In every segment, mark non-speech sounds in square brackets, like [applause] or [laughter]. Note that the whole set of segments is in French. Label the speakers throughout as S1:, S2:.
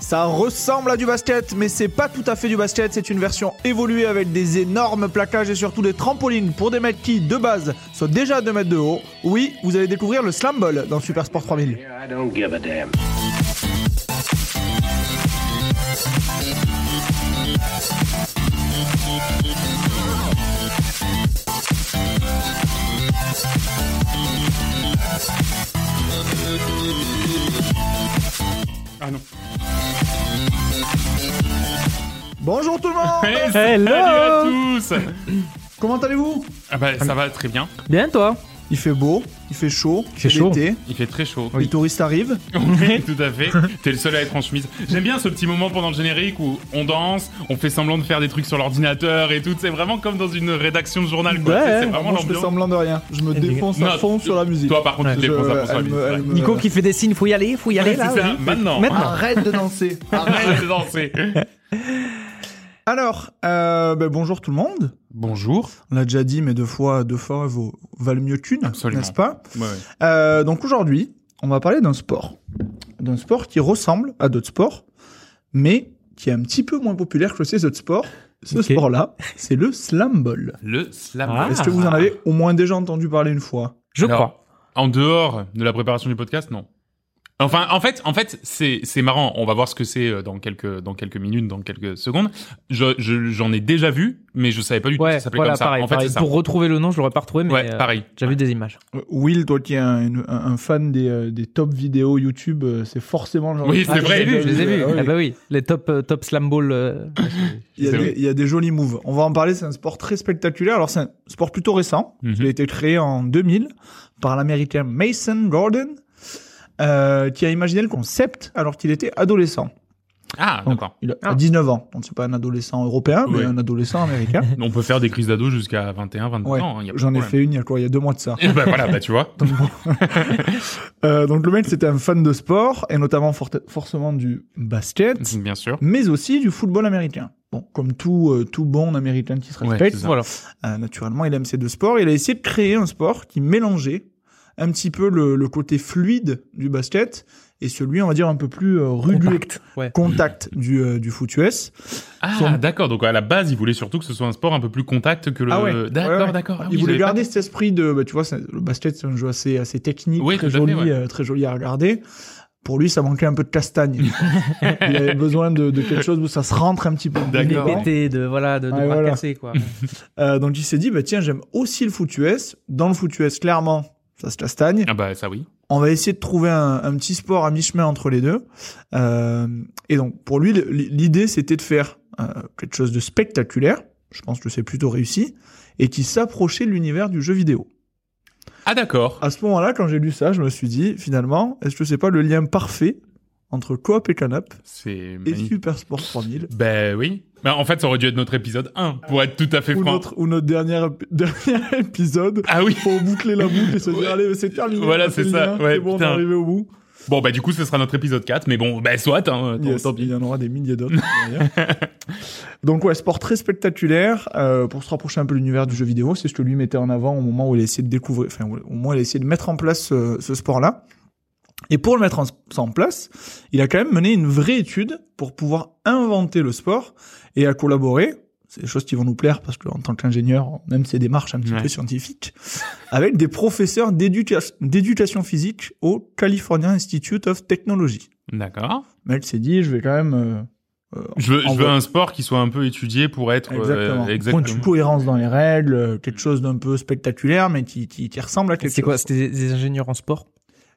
S1: Ça ressemble à du basket, mais c'est pas tout à fait du basket. C'est une version évoluée avec des énormes plaquages et surtout des trampolines pour des mecs qui, de base, sont déjà à 2 mètres de haut. Oui, vous allez découvrir le slam ball dans Super Sport 3000.
S2: I don't give a damn.
S3: Ah non.
S1: Bonjour tout le monde
S3: [laughs] Hey,
S4: Hello
S3: Salut à tous
S1: Comment allez-vous
S3: Ah bah ça va très bien.
S4: Bien toi
S1: Il fait beau, il fait chaud,
S4: fait chaud.
S1: l'été,
S3: Il fait très chaud.
S1: les touristes arrivent.
S3: [laughs] Oui, tout à fait. T'es le seul à être en chemise. J'aime bien ce petit moment pendant le générique où on danse, on fait semblant de faire des trucs sur l'ordinateur et tout. C'est vraiment comme dans une rédaction de journal. Quoi.
S4: Ouais,
S3: C'est- c'est
S1: Moi,
S3: vraiment
S1: je fais
S3: l'ambiance.
S1: semblant de rien. Je me
S4: Et
S1: défonce
S3: des-
S1: à
S3: Non,
S1: fond
S3: tu-
S1: sur la musique.
S3: Toi par contre, tu
S1: Je- euh,
S3: t'es défonces à fond sur la
S1: elle
S3: musique,
S1: me-
S3: ouais.
S1: elle me-
S4: Nico qui fait des signes, faut y aller, faut y aller
S3: C'est
S4: là.
S3: ça,
S4: oui.
S3: maintenant.
S4: Maintenant.
S1: Arrête de
S3: [laughs]
S1: danser Arrête
S3: Arrête de danser.
S1: Alors, euh, ben, bonjour tout le monde.
S3: Bonjour.
S1: On l'a déjà dit, mais deux fois, deux fois vaut, valent mieux qu'une,
S3: Absolument.
S1: n'est-ce pas
S3: Ouais, ouais.
S1: Euh, donc aujourd'hui, on va parler d'un sport. D'un sport qui ressemble à d'autres sports, mais qui est un petit peu moins populaire que ces autres sports. Ce
S4: Ok.
S1: sport-là, c'est le slam ball.
S3: Le slam.
S4: Ah.
S1: Est-ce que vous en avez au moins déjà entendu parler une fois
S4: Je
S3: Alors,
S4: crois.
S3: En dehors de la préparation du podcast, non. Enfin, en fait, en fait, c'est c'est marrant. On va voir ce que c'est euh, dans quelques dans quelques minutes, dans quelques secondes. Je je- j'en ai déjà vu, mais je savais pas du tout que
S4: Ouais,
S3: ça s'appelait
S4: voilà,
S3: comme ça.
S4: pareil.
S3: en fait,
S4: pareil.
S3: c'est ça.
S4: Pour retrouver le nom, je l'aurais pas retrouvé, mais
S3: ouais,
S4: euh,
S3: pareil.
S4: j'ai vu des images.
S1: Euh, Will, toi qui es un, un- un fan des, euh, des top vidéos YouTube, euh, c'est forcément le genre.
S3: Oui,
S1: de-
S3: c'est Ah, je vrai.
S4: Je les ai vus, je les ai vus.
S1: Ah oui.
S4: Ah bah oui, les top, euh, top slam
S3: [laughs]
S4: ball. euh,
S1: Il y, a
S3: C'est
S1: des,
S3: vrai.
S1: il y a des jolis moves. On va en parler, c'est un sport très spectaculaire. Alors, c'est un sport plutôt récent.
S3: Mhm.
S1: Il a été créé en 2000 par l'américain Mason Gordon, euh, qui a imaginé le concept alors qu'il était adolescent.
S3: Ah,
S1: Donc,
S3: d'accord.
S1: il a à 19 ans. Donc, c'est pas un adolescent européen, mais
S3: Ouais.
S1: un adolescent
S3: [laughs]
S1: américain.
S3: On peut faire des crises d'ado jusqu'à 21, 22
S1: Ouais,
S3: ans. hein, y a pas de
S1: J'en ai
S3: problème.
S1: fait une il y a quoi, il y a deux mois de ça.
S3: Et [laughs] bah voilà, bah tu vois.
S1: Euh, donc, le mec, c'était un fan de sport, et notamment for- forcément du basket,
S3: Bien sûr.
S1: mais aussi du football américain. Bon, comme tout, euh, tout bon américain qui se
S3: Ouais,
S1: respecte,
S3: c'est ça.
S4: voilà.
S1: Euh, naturellement, il aime ces deux sports. Il a essayé de créer un sport qui mélangeait un petit peu le, le côté fluide du basket et celui, on va dire, un peu plus euh, rugueux,
S4: Compact, ouais.
S1: contact du, euh, du foot US.
S3: Ah,
S1: Son-
S3: d'accord. Donc à la base, ils voulaient surtout que ce soit un sport un peu plus contact que le.
S1: Ah ouais.
S3: D'accord,
S1: Ouais, ouais.
S3: d'accord. Ah oui,
S1: il voulait
S3: j'avais pas-
S1: garder cet esprit de, bah, tu vois, c'est- le basket, c'est un jeu assez, assez technique,
S3: Oui,
S1: très,
S3: tout à fait,
S1: joli,
S3: ouais.
S1: euh, très joli à regarder. Pour lui, ça manquait un peu de
S3: [laughs]
S1: castagne. il avait besoin de, de quelque chose où ça se rentre un petit peu.
S4: Des
S3: D'accord.
S4: pétés, de voilà, de, de
S1: Ouais,
S4: bras
S1: Ah, voilà.
S4: cassés, quoi.
S1: Euh, donc il s'est dit, bah, tiens, j'aime aussi le foot US. Dans le foot US, clairement, ça se castagne.
S3: Ah bah ça oui.
S1: on va essayer de trouver un, un petit sport à mi-chemin entre les deux. Euh, et donc, pour lui, le- l'idée, c'était de faire euh, quelque chose de spectaculaire. Je pense que c'est plutôt réussi. Et qui s'approchait de l'univers du jeu vidéo.
S3: Ah d'accord.
S1: À ce moment-là, quand j'ai lu ça, je me suis dit, finalement, est-ce que c'est pas le lien parfait entre Coop et Canap
S3: C'est.
S1: et
S3: magnifique.
S1: Super Sport 3000
S3: Ben oui. Ben, en fait, ça aurait dû être notre épisode 1, pour être tout à fait
S1: ou
S3: franc.
S1: notre, ou notre dernier, ép- [laughs] dernier épisode
S3: Ah oui.
S1: pour boucler la boucle et se dire,
S3: Ouais.
S1: allez, c'est terminé.
S3: Voilà,
S1: on a fait
S3: c'est
S1: le
S3: ça.
S1: lien,
S3: Ouais,
S1: c'est bon, on est
S3: putain.
S1: arrivé au bout.
S3: Bon, bah, du coup, ce sera notre épisode 4, mais bon, bah, soit, hein, tant,
S1: Yes,
S3: tant pis.
S1: Il y en aura des milliers d'autres. [laughs] d'ailleurs. Donc ouais, sport très spectaculaire euh, pour se rapprocher un peu de l'univers du jeu vidéo. C'est ce que lui mettait en avant au moment où il a essayé de découvrir, enfin où- au moins il a essayé de mettre en place ce, ce sport-là. Et pour le mettre en, en place, il a quand même mené une vraie étude pour pouvoir inventer le sport et à collaborer. C'est des choses qui vont nous plaire parce qu'en tant qu'ingénieur, on aime ces démarches un petit
S3: Ouais.
S1: peu scientifiques, avec des professeurs d'éduca- d'éducation physique au California Institute of Technology.
S3: D'accord.
S1: Mais elle s'est dit, je vais quand même. euh, euh,
S3: Je veux, je
S1: en
S3: veux
S1: vrai.
S3: un sport qui soit un peu étudié pour être. euh,
S1: exactement.
S3: exactement.
S1: Point de cohérence dans les règles, euh, quelque chose d'un peu spectaculaire, mais qui, qui, qui ressemble à [laughs] quelque
S4: C'est quoi
S1: chose.
S4: C'était des, des ingénieurs en sport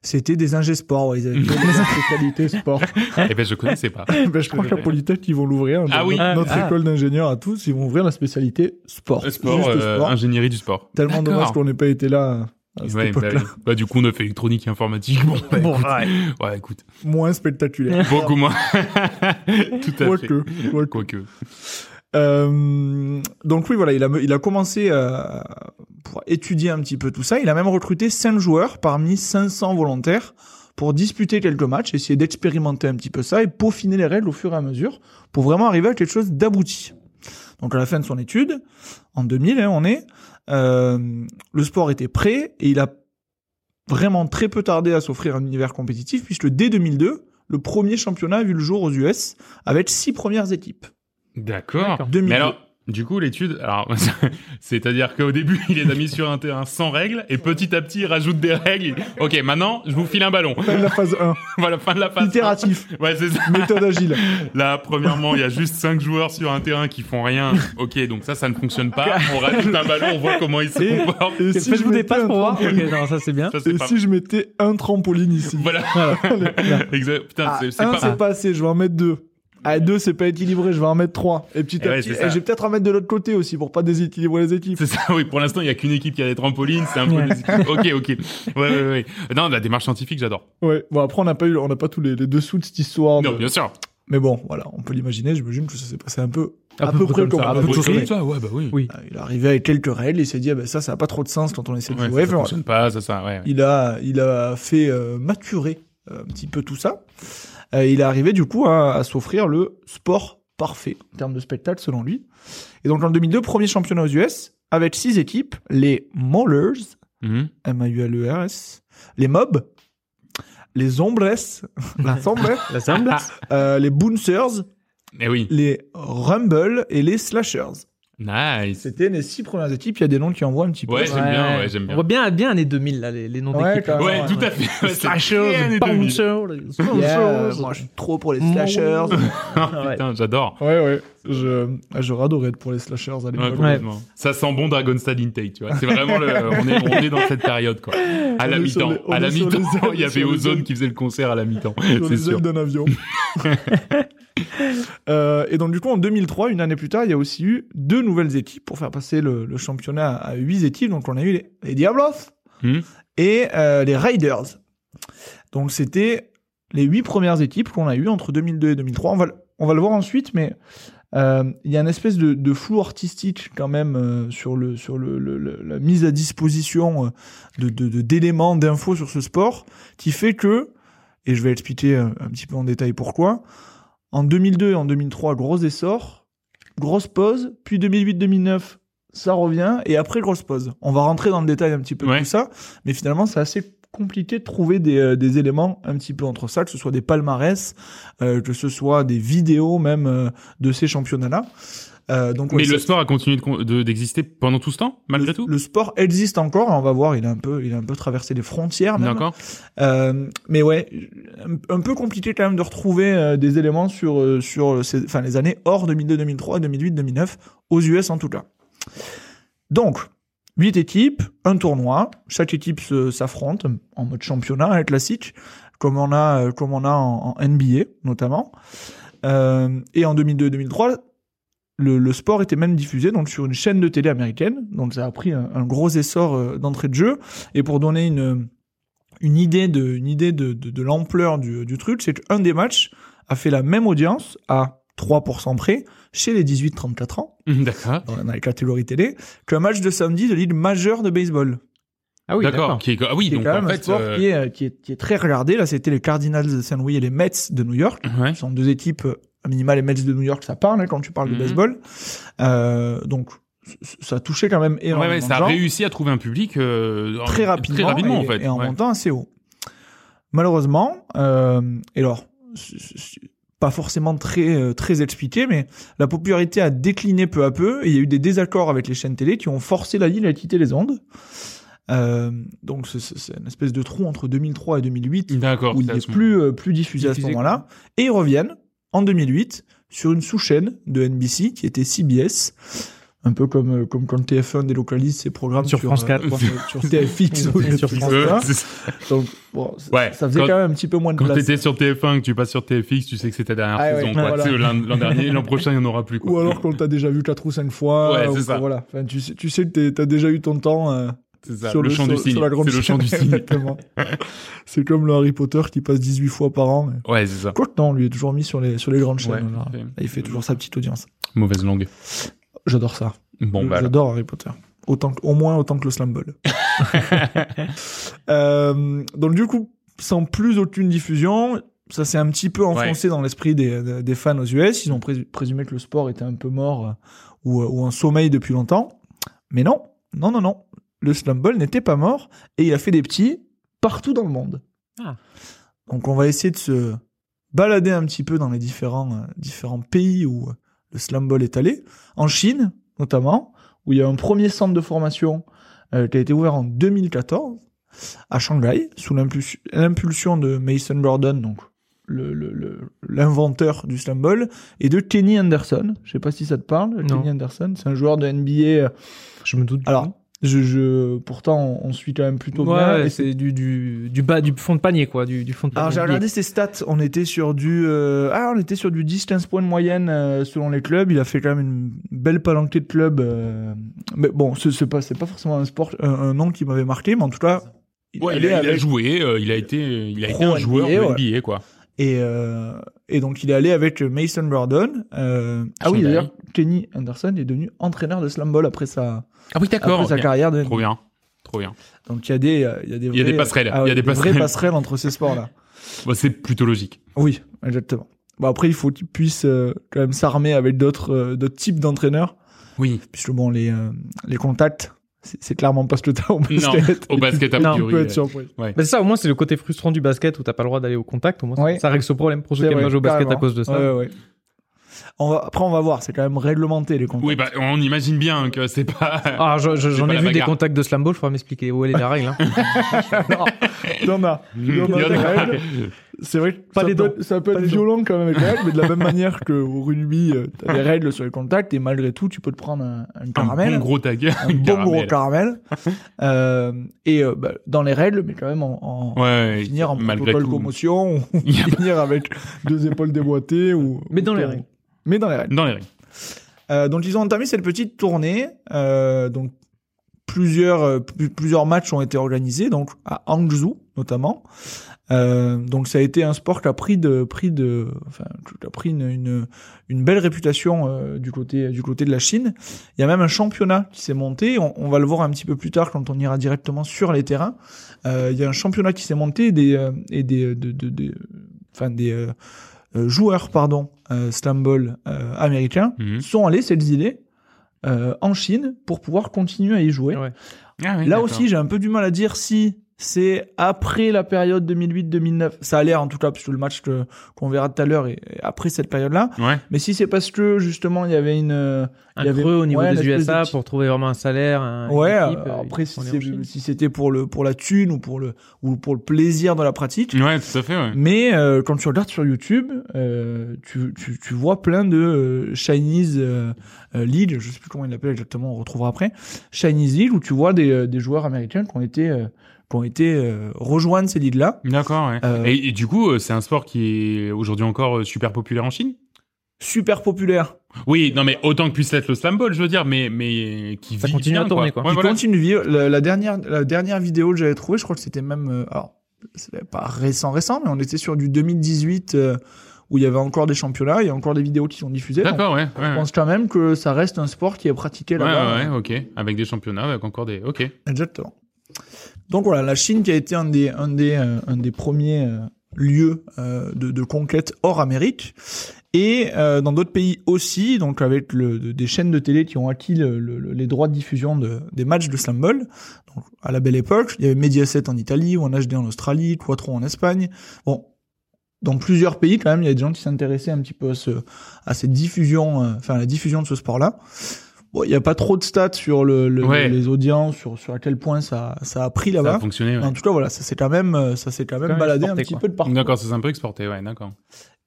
S1: C'était des ingés sport, ouais, ils
S3: [laughs]
S1: avaient créé des spécialités sport.
S3: Eh ben, je connaissais pas.
S1: Ben, [laughs] je crois qu'à Polytech, ils vont l'ouvrir. hein,
S3: Ah
S1: dans
S3: oui.
S1: Notre, notre
S4: Ah.
S1: école d'ingénieurs à tous, ils vont ouvrir la spécialité sport.
S3: Un sport,
S1: Juste
S3: euh,
S1: sport.
S3: ingénierie du sport.
S1: Tellement
S3: D'accord.
S1: dommage qu'on n'ait pas été là à cette
S3: Ouais, bah,
S1: époque-là.
S3: oui. Bah, du coup, on a fait électronique et informatique. Bon, bah,
S4: Bon,
S3: écoute.
S4: ouais.
S3: Ouais, écoute.
S1: Moins spectaculaire.
S3: Beaucoup moins. [laughs] tout à fait.
S1: Quoique, quoique.
S3: Quoique.
S1: Euh, donc oui, voilà, il a, il a commencé euh, pour étudier un petit peu tout ça. Il a même recruté 5 joueurs parmi 500 volontaires pour disputer quelques matchs, essayer d'expérimenter un petit peu ça et peaufiner les règles au fur et à mesure pour vraiment arriver à quelque chose d'abouti. Donc à la fin de son étude, en 2000, hein, on est, euh, le sport était prêt et il a vraiment très peu tardé à s'offrir un univers compétitif puisque dès 2002, le premier championnat a vu le jour aux US avec six premières équipes.
S3: D'accord.
S1: 2002.
S3: Mais alors, du coup, l'étude, alors, [laughs] c'est-à-dire qu'au début, [laughs] il les a mis sur un terrain sans règles, et petit à petit, il rajoute des règles. Ok, maintenant, je vous file un ballon. [laughs]
S1: Fin de la phase 1.
S3: voilà, fin de la phase.
S1: Itératif.
S3: Ouais, c'est ça.
S1: Méthode agile.
S3: Là, premièrement, il y a juste cinq joueurs sur un terrain qui font rien. Ok, donc ça, ça ne fonctionne pas. On rajoute un ballon, on voit comment ils se
S1: Et-
S3: comportent.
S1: Et si
S4: Faites-vous
S1: je
S4: des
S1: mettais
S4: passes
S1: un
S4: pour voir.
S1: trampoline-
S4: Ok, non, ça c'est bien.
S3: Ça, c'est
S1: Et
S3: pas.
S1: si je mettais un trampoline ici
S3: Voilà.
S4: Voilà.
S3: [laughs] Exact. Putain,
S1: Ah,
S3: c'est c'est
S1: un,
S3: pas.
S1: c'est pas assez, je vais en mettre deux. À deux, c'est pas équilibré, je vais en mettre trois. Et petit
S3: Et
S1: à
S3: Eh ouais,
S1: petit,
S3: c'est ça.
S1: et je vais peut-être en mettre de l'autre côté aussi pour pas déséquilibrer les équipes.
S3: [laughs] C'est ça, oui. Pour l'instant, il y a qu'une équipe qui a des trampolines. C'est un peu.
S4: Ouais.
S3: des- Ok, ok. Ouais, ouais, ouais. Non, la démarche scientifique, j'adore.
S1: Ouais. Bon, après, on n'a pas eu, on n'a pas tous les, les dessous de cette histoire.
S3: Non,
S1: mais-
S3: bien sûr.
S1: Mais bon, voilà, on peut l'imaginer, j'imagine que ça s'est passé un peu.
S4: À
S1: À
S4: peu
S1: peu
S4: près
S1: près
S4: comme
S1: comme
S4: ça,
S1: on
S4: à
S1: l'a
S4: peu
S3: Ouais,
S4: près.
S1: décrit.
S3: comme ça, ouais, bah oui.
S4: Oui.
S1: Ah, Il est arrivé avec quelques règles, il s'est dit, ah ben ça, ça a pas trop de sens quand on essaie de
S3: Ouais,
S1: jouer.
S3: ça
S1: Enfin,
S3: fonctionne pas, ça, ça, ouais. ouais.
S1: il a, il a fait euh, maturer euh, un petit peu tout ça. Euh, il est arrivé du coup à, à s'offrir le sport parfait en termes de spectacle selon lui. Et donc en 2002, premier championnat aux US avec six équipes les Maulers,
S4: Mm-hmm.
S3: Mhm.
S1: M-A-U-L-E-R-S, E les Mobs, les Ombres, [laughs] la Sombre,
S4: La semble.
S1: [laughs] euh, les Bouncers,
S3: Eh oui.
S1: les Rumble et les Slashers.
S3: Nice.
S1: C'était les six premières équipes. Il y a des noms qui envoient un petit peu.
S3: Ouais, [laughs] j'aime bien, ouais, j'aime bien.
S4: On voit bien, bien années 2000, là, les, les noms
S1: Ouais,
S4: d'équipes.
S1: quand même.
S3: Ouais,
S1: ouais,
S3: tout
S1: ouais.
S3: à fait. Ouais, c'est très
S4: Slashers,
S3: années
S4: [laughs]
S3: 2000.
S4: Bouncer, les Bouncers.
S1: Yeah, moi, je suis trop pour les Slashers.
S3: Ah, Putain, j'adore.
S1: Ouais, ouais. Je, ah, je radorais être pour les slashers à
S3: Ouais,
S1: l'époque.
S3: complètement. Ça sent bon Dragon Stall Intake, tu vois. C'est vraiment le, on est, on est dans cette période, quoi. À la
S1: On est sur
S3: mi-temps.
S1: les- on
S3: À la
S1: est sur
S3: mi-temps,
S1: les ailes,
S3: [laughs] il y avait
S1: sur les
S3: Ozone
S1: ailes.
S3: qui faisait le concert à la mi-temps.
S1: sur
S3: C'est
S1: les ailes
S3: sûr.
S1: d'un
S3: [laughs]
S1: avion. Euh, et donc, du coup, en 2003, une année plus tard, il y a aussi eu deux nouvelles équipes pour faire passer le, le championnat à huit équipes. Donc, on a eu les, les Diablos
S3: Hmm.
S1: et euh, les Raiders. Donc, c'était les huit premières équipes qu'on a eues entre 2002 et 2003. On va, le- on va le voir ensuite, mais euh, il y a une espèce de, de flou artistique quand même euh, sur, le, sur le, le- le- la mise à disposition euh, de- de- de- d'éléments, d'infos sur ce sport qui fait que, et je vais expliquer euh, un petit peu en détail pourquoi, en 2002 et en 2003, gros essor, grosse pause, puis 2008-2009, ça revient, et après, grosse pause. On va rentrer dans le détail un petit peu de
S3: Ouais.
S1: tout ça, mais finalement, c'est assez compliqué de trouver des, euh, des éléments un petit peu entre ça, que ce soit des palmarès, euh, que ce soit des vidéos même euh, de ces championnats-là. Euh, donc, ouais,
S3: Mais le
S1: ça-
S3: sport a continué de con- de- d'exister pendant tout ce temps, malgré tout?
S1: le sport existe encore, on va voir, il a un peu, il a un peu traversé les frontières. Même.
S3: D'accord.
S1: Euh, mais ouais, un, un peu compliqué quand même de retrouver euh, des éléments sur euh, sur ces- enfin les années hors 2002, 2003, 2008, 2009 aux US en tout cas. Donc huit équipes, un tournoi, chaque équipe se- s'affronte en mode championnat hein, classique, comme on a euh, comme on a en, en NBA notamment. Euh, et en 2002-2003, le, le sport était même diffusé donc sur une chaîne de télé américaine, donc ça a pris un, un gros essor euh, d'entrée de jeu. Et pour donner une une idée de, une idée de, de, de l'ampleur du, du truc, c'est qu'un des matchs a fait la même audience à 3% près chez les 18-34 ans,
S3: Hum, D'accord.
S4: Ah
S1: dans la- dans la catégorie télé, qu'un match de samedi de ligue majeure de baseball.
S4: Ah oui,
S3: D'accord.
S4: d'accord.
S3: Qui est- Ah oui,
S1: C'est
S3: donc
S1: quand même
S3: en
S1: un
S3: fait,
S1: sport
S3: euh,
S1: qui, est, euh, qui, est, qui est très regardé. Là, c'était les Cardinals de Saint Louis et les Mets de New York.
S3: ouais.
S1: Ce sont deux équipes, euh, à minima, les Mets de New York, ça parle hein, quand tu parles
S3: Mhm.
S1: de baseball. Euh, donc, c- c- ça touchait quand même
S3: Ouais,
S1: énormément
S3: ouais,
S1: de
S3: ça a
S1: gens.
S3: réussi à trouver un public euh, en-
S1: très rapidement,
S3: très rapidement
S1: et,
S3: en fait.
S1: et en
S3: Ouais.
S1: montant assez haut. Malheureusement, euh, et alors, c- c- pas forcément très, euh, très expliqué, mais la popularité a décliné peu à peu et il y a eu des désaccords avec les chaînes télé qui ont forcé la Ligue à quitter les ondes. Euh, donc c'est- c'est c'est une espèce de trou entre 2003 et 2008
S3: D'accord.
S1: où il
S3: c'est à
S1: n'est
S3: ce
S1: plus, euh, plus diffusé à ce
S4: Diffusé,
S1: moment-là. Et ils reviennent en 2008 sur une sous-chaîne de NBC qui était CBS. Un peu comme, euh, comme quand TF1 délocalise ses programmes
S4: Sur France 4,
S1: euh, sur
S3: [laughs]
S1: TFX ou
S4: Sur
S1: sur
S4: France
S1: France
S3: moment.
S1: 4.
S3: Euh, c'est-
S1: Donc, bon, c-
S3: Ouais,
S1: ça faisait
S3: quand-
S1: quand, même un petit peu moins de
S3: Quand
S1: place.
S3: t'étais sur TF1 que tu passes sur TFX, tu sais que c'est ta dernière
S1: Ah ouais,
S3: saison. quoi.
S1: voilà.
S3: Tu sais, L'an
S1: [laughs]
S3: l'an dernier, l'an prochain, il n'y en aura plus. Quoi.
S1: Ou alors qu'on t'a déjà vu quatre ou cinq fois.
S3: Ouais,
S1: ou
S3: c'est
S1: que-
S3: ça.
S1: Voilà. Enfin, tu, sais, tu sais que t'es- t'as déjà eu ton temps euh,
S3: C'est ça,
S1: sur
S3: le,
S1: le,
S3: chant
S1: sur-
S3: du cygne.
S1: sur la grande
S3: C'est le chant du
S1: chaîne,
S3: cygne.
S1: [laughs] exactement. C'est comme le Harry Potter qui passe 18 fois par an. mais-
S3: Ouais, c'est ça.
S1: Quoi que non, lui est toujours mis sur les, sur les grandes chaînes.
S3: Ouais,
S1: alors.
S3: parfait.
S1: Il fait toujours sa petite audience.
S3: Mauvaise langue.
S1: J'adore ça.
S3: Bon, bah. alors.
S1: J'adore Harry Potter. Autant que- au moins autant que le slam
S3: [laughs]
S1: ball. Euh, donc du coup, sans plus aucune diffusion, ça s'est un petit peu enfoncé dans l'esprit des, des fans aux US. Ils ont pré- présumé que le sport était un peu mort euh, ou, euh, ou en sommeil depuis longtemps. Mais non, non, non, non. Le slam ball n'était pas mort et il a fait des petits partout dans le monde.
S4: Ah.
S1: Donc on va essayer de se baladé un petit peu dans les différents, euh, différents pays où le slam ball est allé, en Chine notamment, où il y a un premier centre de formation euh, qui a été ouvert en 2014 à Shanghai, sous l'impulsion- l'impulsion de Mason Gordon, donc le- le- le- l'inventeur du slam ball, et de Kenny Anderson. Je sais pas si ça te parle,
S4: Non.
S1: Kenny Anderson, c'est un joueur de NBA. euh,
S4: Je me doute. du
S1: Alors,
S4: nom.
S1: je, je- pourtant, on, on suit quand même plutôt bien.
S4: ouais,
S1: et
S4: c'est du, du, du bas, du fond de panier, quoi. Du, du fond de panier.
S1: alors Ah, j'ai regardé ses stats, on était sur du euh, ah, on était sur du 10-15 points de moyenne euh, selon les clubs, il a fait quand même une belle palanquée de clubs. euh, mais bon, c'est c'est pas c'est pas forcément un sport un, un nom qui m'avait marqué, mais en tout cas il
S3: Ouais, il
S1: allait
S3: a, il a
S1: avec-
S3: joué, euh, il a été, il a été
S1: Pro
S3: un joueur
S1: NBA,
S3: de
S1: ouais.
S3: NBA, quoi.
S1: et euh, et donc il est allé avec Mason Gordon. euh, ah oui
S3: Shanghai.
S1: d'ailleurs, Kenny Anderson est devenu entraîneur de slam ball après sa
S3: Ah oui, d'accord.
S1: après sa
S3: ok.
S1: carrière de
S3: Trop bien. Trop bien.
S1: donc il y a des euh, il y a des
S3: Il y a des
S1: vrais-
S3: passerelles,
S1: ah
S3: il y a
S1: ouais,
S3: des
S1: vraies
S3: passerelles.
S1: passerelles entre ces sports là.
S3: Bon, Bah, c'est plutôt logique.
S1: Oui, exactement. Bon, après, il faut qu'ils puissent euh, quand même s'armer avec d'autres euh, d'autres types d'entraîneurs,
S3: Oui.
S1: puisque bon, les, euh, les contacts, c'est c'est clairement pas ce que t'as au
S3: Non,
S1: basket.
S3: [laughs] au
S1: Et tu-
S3: basket,
S1: [laughs]
S3: a
S1: et tu
S3: priori,
S1: peux
S3: ouais.
S1: être surpris.
S4: Bah, c'est ça, au moins, c'est le côté frustrant du basket où t'as pas le droit d'aller au contact. Au moins, ça-
S1: Ouais.
S4: ça règle ce problème pour ceux
S1: C'est
S4: qui aiment
S1: vrai,
S4: pas jouer au basket à
S1: carrément.
S4: cause de ça.
S1: Ouais, ouais. On va, après, on va voir, c'est quand même réglementé les contacts.
S3: Oui, bah, on imagine bien que c'est
S1: [laughs]
S3: pas. [laughs]
S4: Ah, je- je-
S3: C'est
S4: j'en
S3: pas
S4: ai
S3: la
S4: vu des
S3: bagarre.
S4: contacts de Slamball, faudra m'expliquer où elle est la règle. hein.
S1: Il y en a. Il y en a,
S3: [laughs] Il y en a. [laughs]
S1: quand même. C'est vrai que
S4: Pas
S1: ça,
S4: les
S1: peut,
S4: dents.
S1: ça peut
S4: Pas
S1: être
S4: les dents.
S1: violent quand même avec les règles, mais de
S4: [laughs]
S1: la même manière qu'au rugby, euh, t'as des règles sur les contacts et malgré tout, tu peux te prendre un, un
S3: Un
S1: caramel.
S3: bon gros tag.
S1: un bon gros caramel
S3: [laughs]
S1: Euh, et euh, bah, dans les règles mais quand même en, en-
S3: Ouais,
S1: finir en
S3: malgré
S1: protocole
S3: tout.
S1: commotion
S3: [laughs]
S1: ou [laughs]
S3: Il y a-
S1: finir avec deux épaules déboîtées ou
S4: Mais dans
S1: ou-
S4: les règles.
S1: mais dans les règles
S3: Dans les règles.
S1: Euh, donc ils ont entamé cette petite tournée euh, donc plusieurs euh, plus- plusieurs matchs ont été organisés donc à Hangzhou notamment Euh, donc ça a été un sport qui a pris de pris de enfin qui a pris une une, une belle réputation euh, du côté du côté de la Chine il y a même un championnat qui s'est monté. On, on va le voir un petit peu plus tard quand on ira directement sur les terrains. Euh, il y a un championnat qui s'est monté des, euh, et des, euh, de, de- de- enfin, des euh, euh, joueurs pardon, euh, slam ball euh, américains
S4: Mmh.
S3: Mhm.
S1: sont allés s'exiler euh, en Chine pour pouvoir continuer à y jouer.
S4: Ouais.
S3: Ah oui,
S1: Là
S3: d'accord.
S1: aussi, j'ai un peu du mal à dire si c'est après la période 2008-2009. Ça a l'air en tout cas, puisque le match que- qu'on verra tout à l'heure est est après cette période-là.
S3: Ouais.
S1: Mais si c'est parce que justement il y avait une... euh, Il y
S4: Un
S1: avait-
S4: creux au niveau
S1: ouais, une
S4: des
S1: espèce de
S4: USA
S1: petit-
S4: pour trouver vraiment un salaire. un- une
S1: Ouais,
S4: équipe,
S1: alors
S4: euh,
S1: après
S4: ils
S1: si
S4: sont allés
S1: c'est-
S4: en Chine.
S1: si c'était pour le pour la thune ou pour le ou pour le plaisir de la pratique.
S3: Ouais, tout à fait, ouais.
S1: [laughs] Mais euh, quand tu regardes sur YouTube, euh, tu, tu, tu vois plein de euh, Chinese euh, euh, League, je sais plus comment il l'appelle exactement, on retrouvera après, Chinese League où tu vois des, euh, des joueurs américains qui ont été euh, qui ont été euh, rejoindre ces ligues là.
S3: D'accord, ouais.
S1: Euh,
S3: Et, et du coup, euh, c'est un sport qui est aujourd'hui encore euh, super populaire en Chine
S1: Super populaire.
S3: Oui,
S1: Euh,
S3: non, mais autant que puisse l'être le slam ball, je veux dire, mais, mais qui
S4: Ça
S3: vit
S4: continue
S3: bien,
S4: à tourner, quoi.
S3: Ouais,
S1: Ils
S3: voilà.
S1: continuent de vivre. La, la dernière la dernière vidéo que j'avais trouvée, je crois que c'était même euh, alors c'était pas récent récent, mais on était sur du 2018 euh, où il y avait encore des championnats, il y a encore des vidéos qui sont diffusées. donc
S3: D'accord, ouais.
S1: Je
S3: ouais, ouais.
S1: pense quand même que ça reste un sport qui est pratiqué là-bas.
S3: Ouais, ouais, ok. Avec des championnats, avec encore des. Ok.
S1: Exactement. Donc voilà, la Chine qui a été un des, un des, euh, un des premiers euh, lieux euh, de, de conquête hors Amérique. Et euh, dans d'autres pays aussi, donc avec le, de- des chaînes de télé qui ont acquis le- le- le- les droits de diffusion de, des matchs de slam ball. Donc à la belle époque, il y avait Mediaset en Italie, One HD en Australie, Quattro en Espagne. Bon, dans plusieurs pays quand même, il y a des gens qui s'intéressaient un petit peu à, ce, à cette diffusion, euh, enfin à la diffusion de ce sport-là. Bon, il n'y a pas trop de stats sur le, le-
S3: Ouais.
S1: les audiences, sur, sur à quel point ça, ça a pris
S3: Ça
S1: là-bas.
S3: a fonctionné,
S1: Mais
S3: ouais.
S1: En tout cas, voilà, ça s'est quand même, euh, ça s'est quand même
S4: Quand même
S1: baladé un
S4: exporté,
S1: petit
S4: quoi.
S1: peu de partout.
S3: D'accord, ça s'est un peu exporté, ouais, d'accord.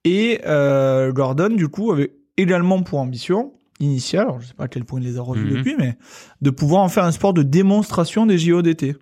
S1: Et euh, Gordon, du coup, avait également pour ambition initiale, alors je sais pas à quel point il les a revus
S3: Mhm.
S1: depuis, mais de pouvoir en faire un sport de démonstration des JO d'été.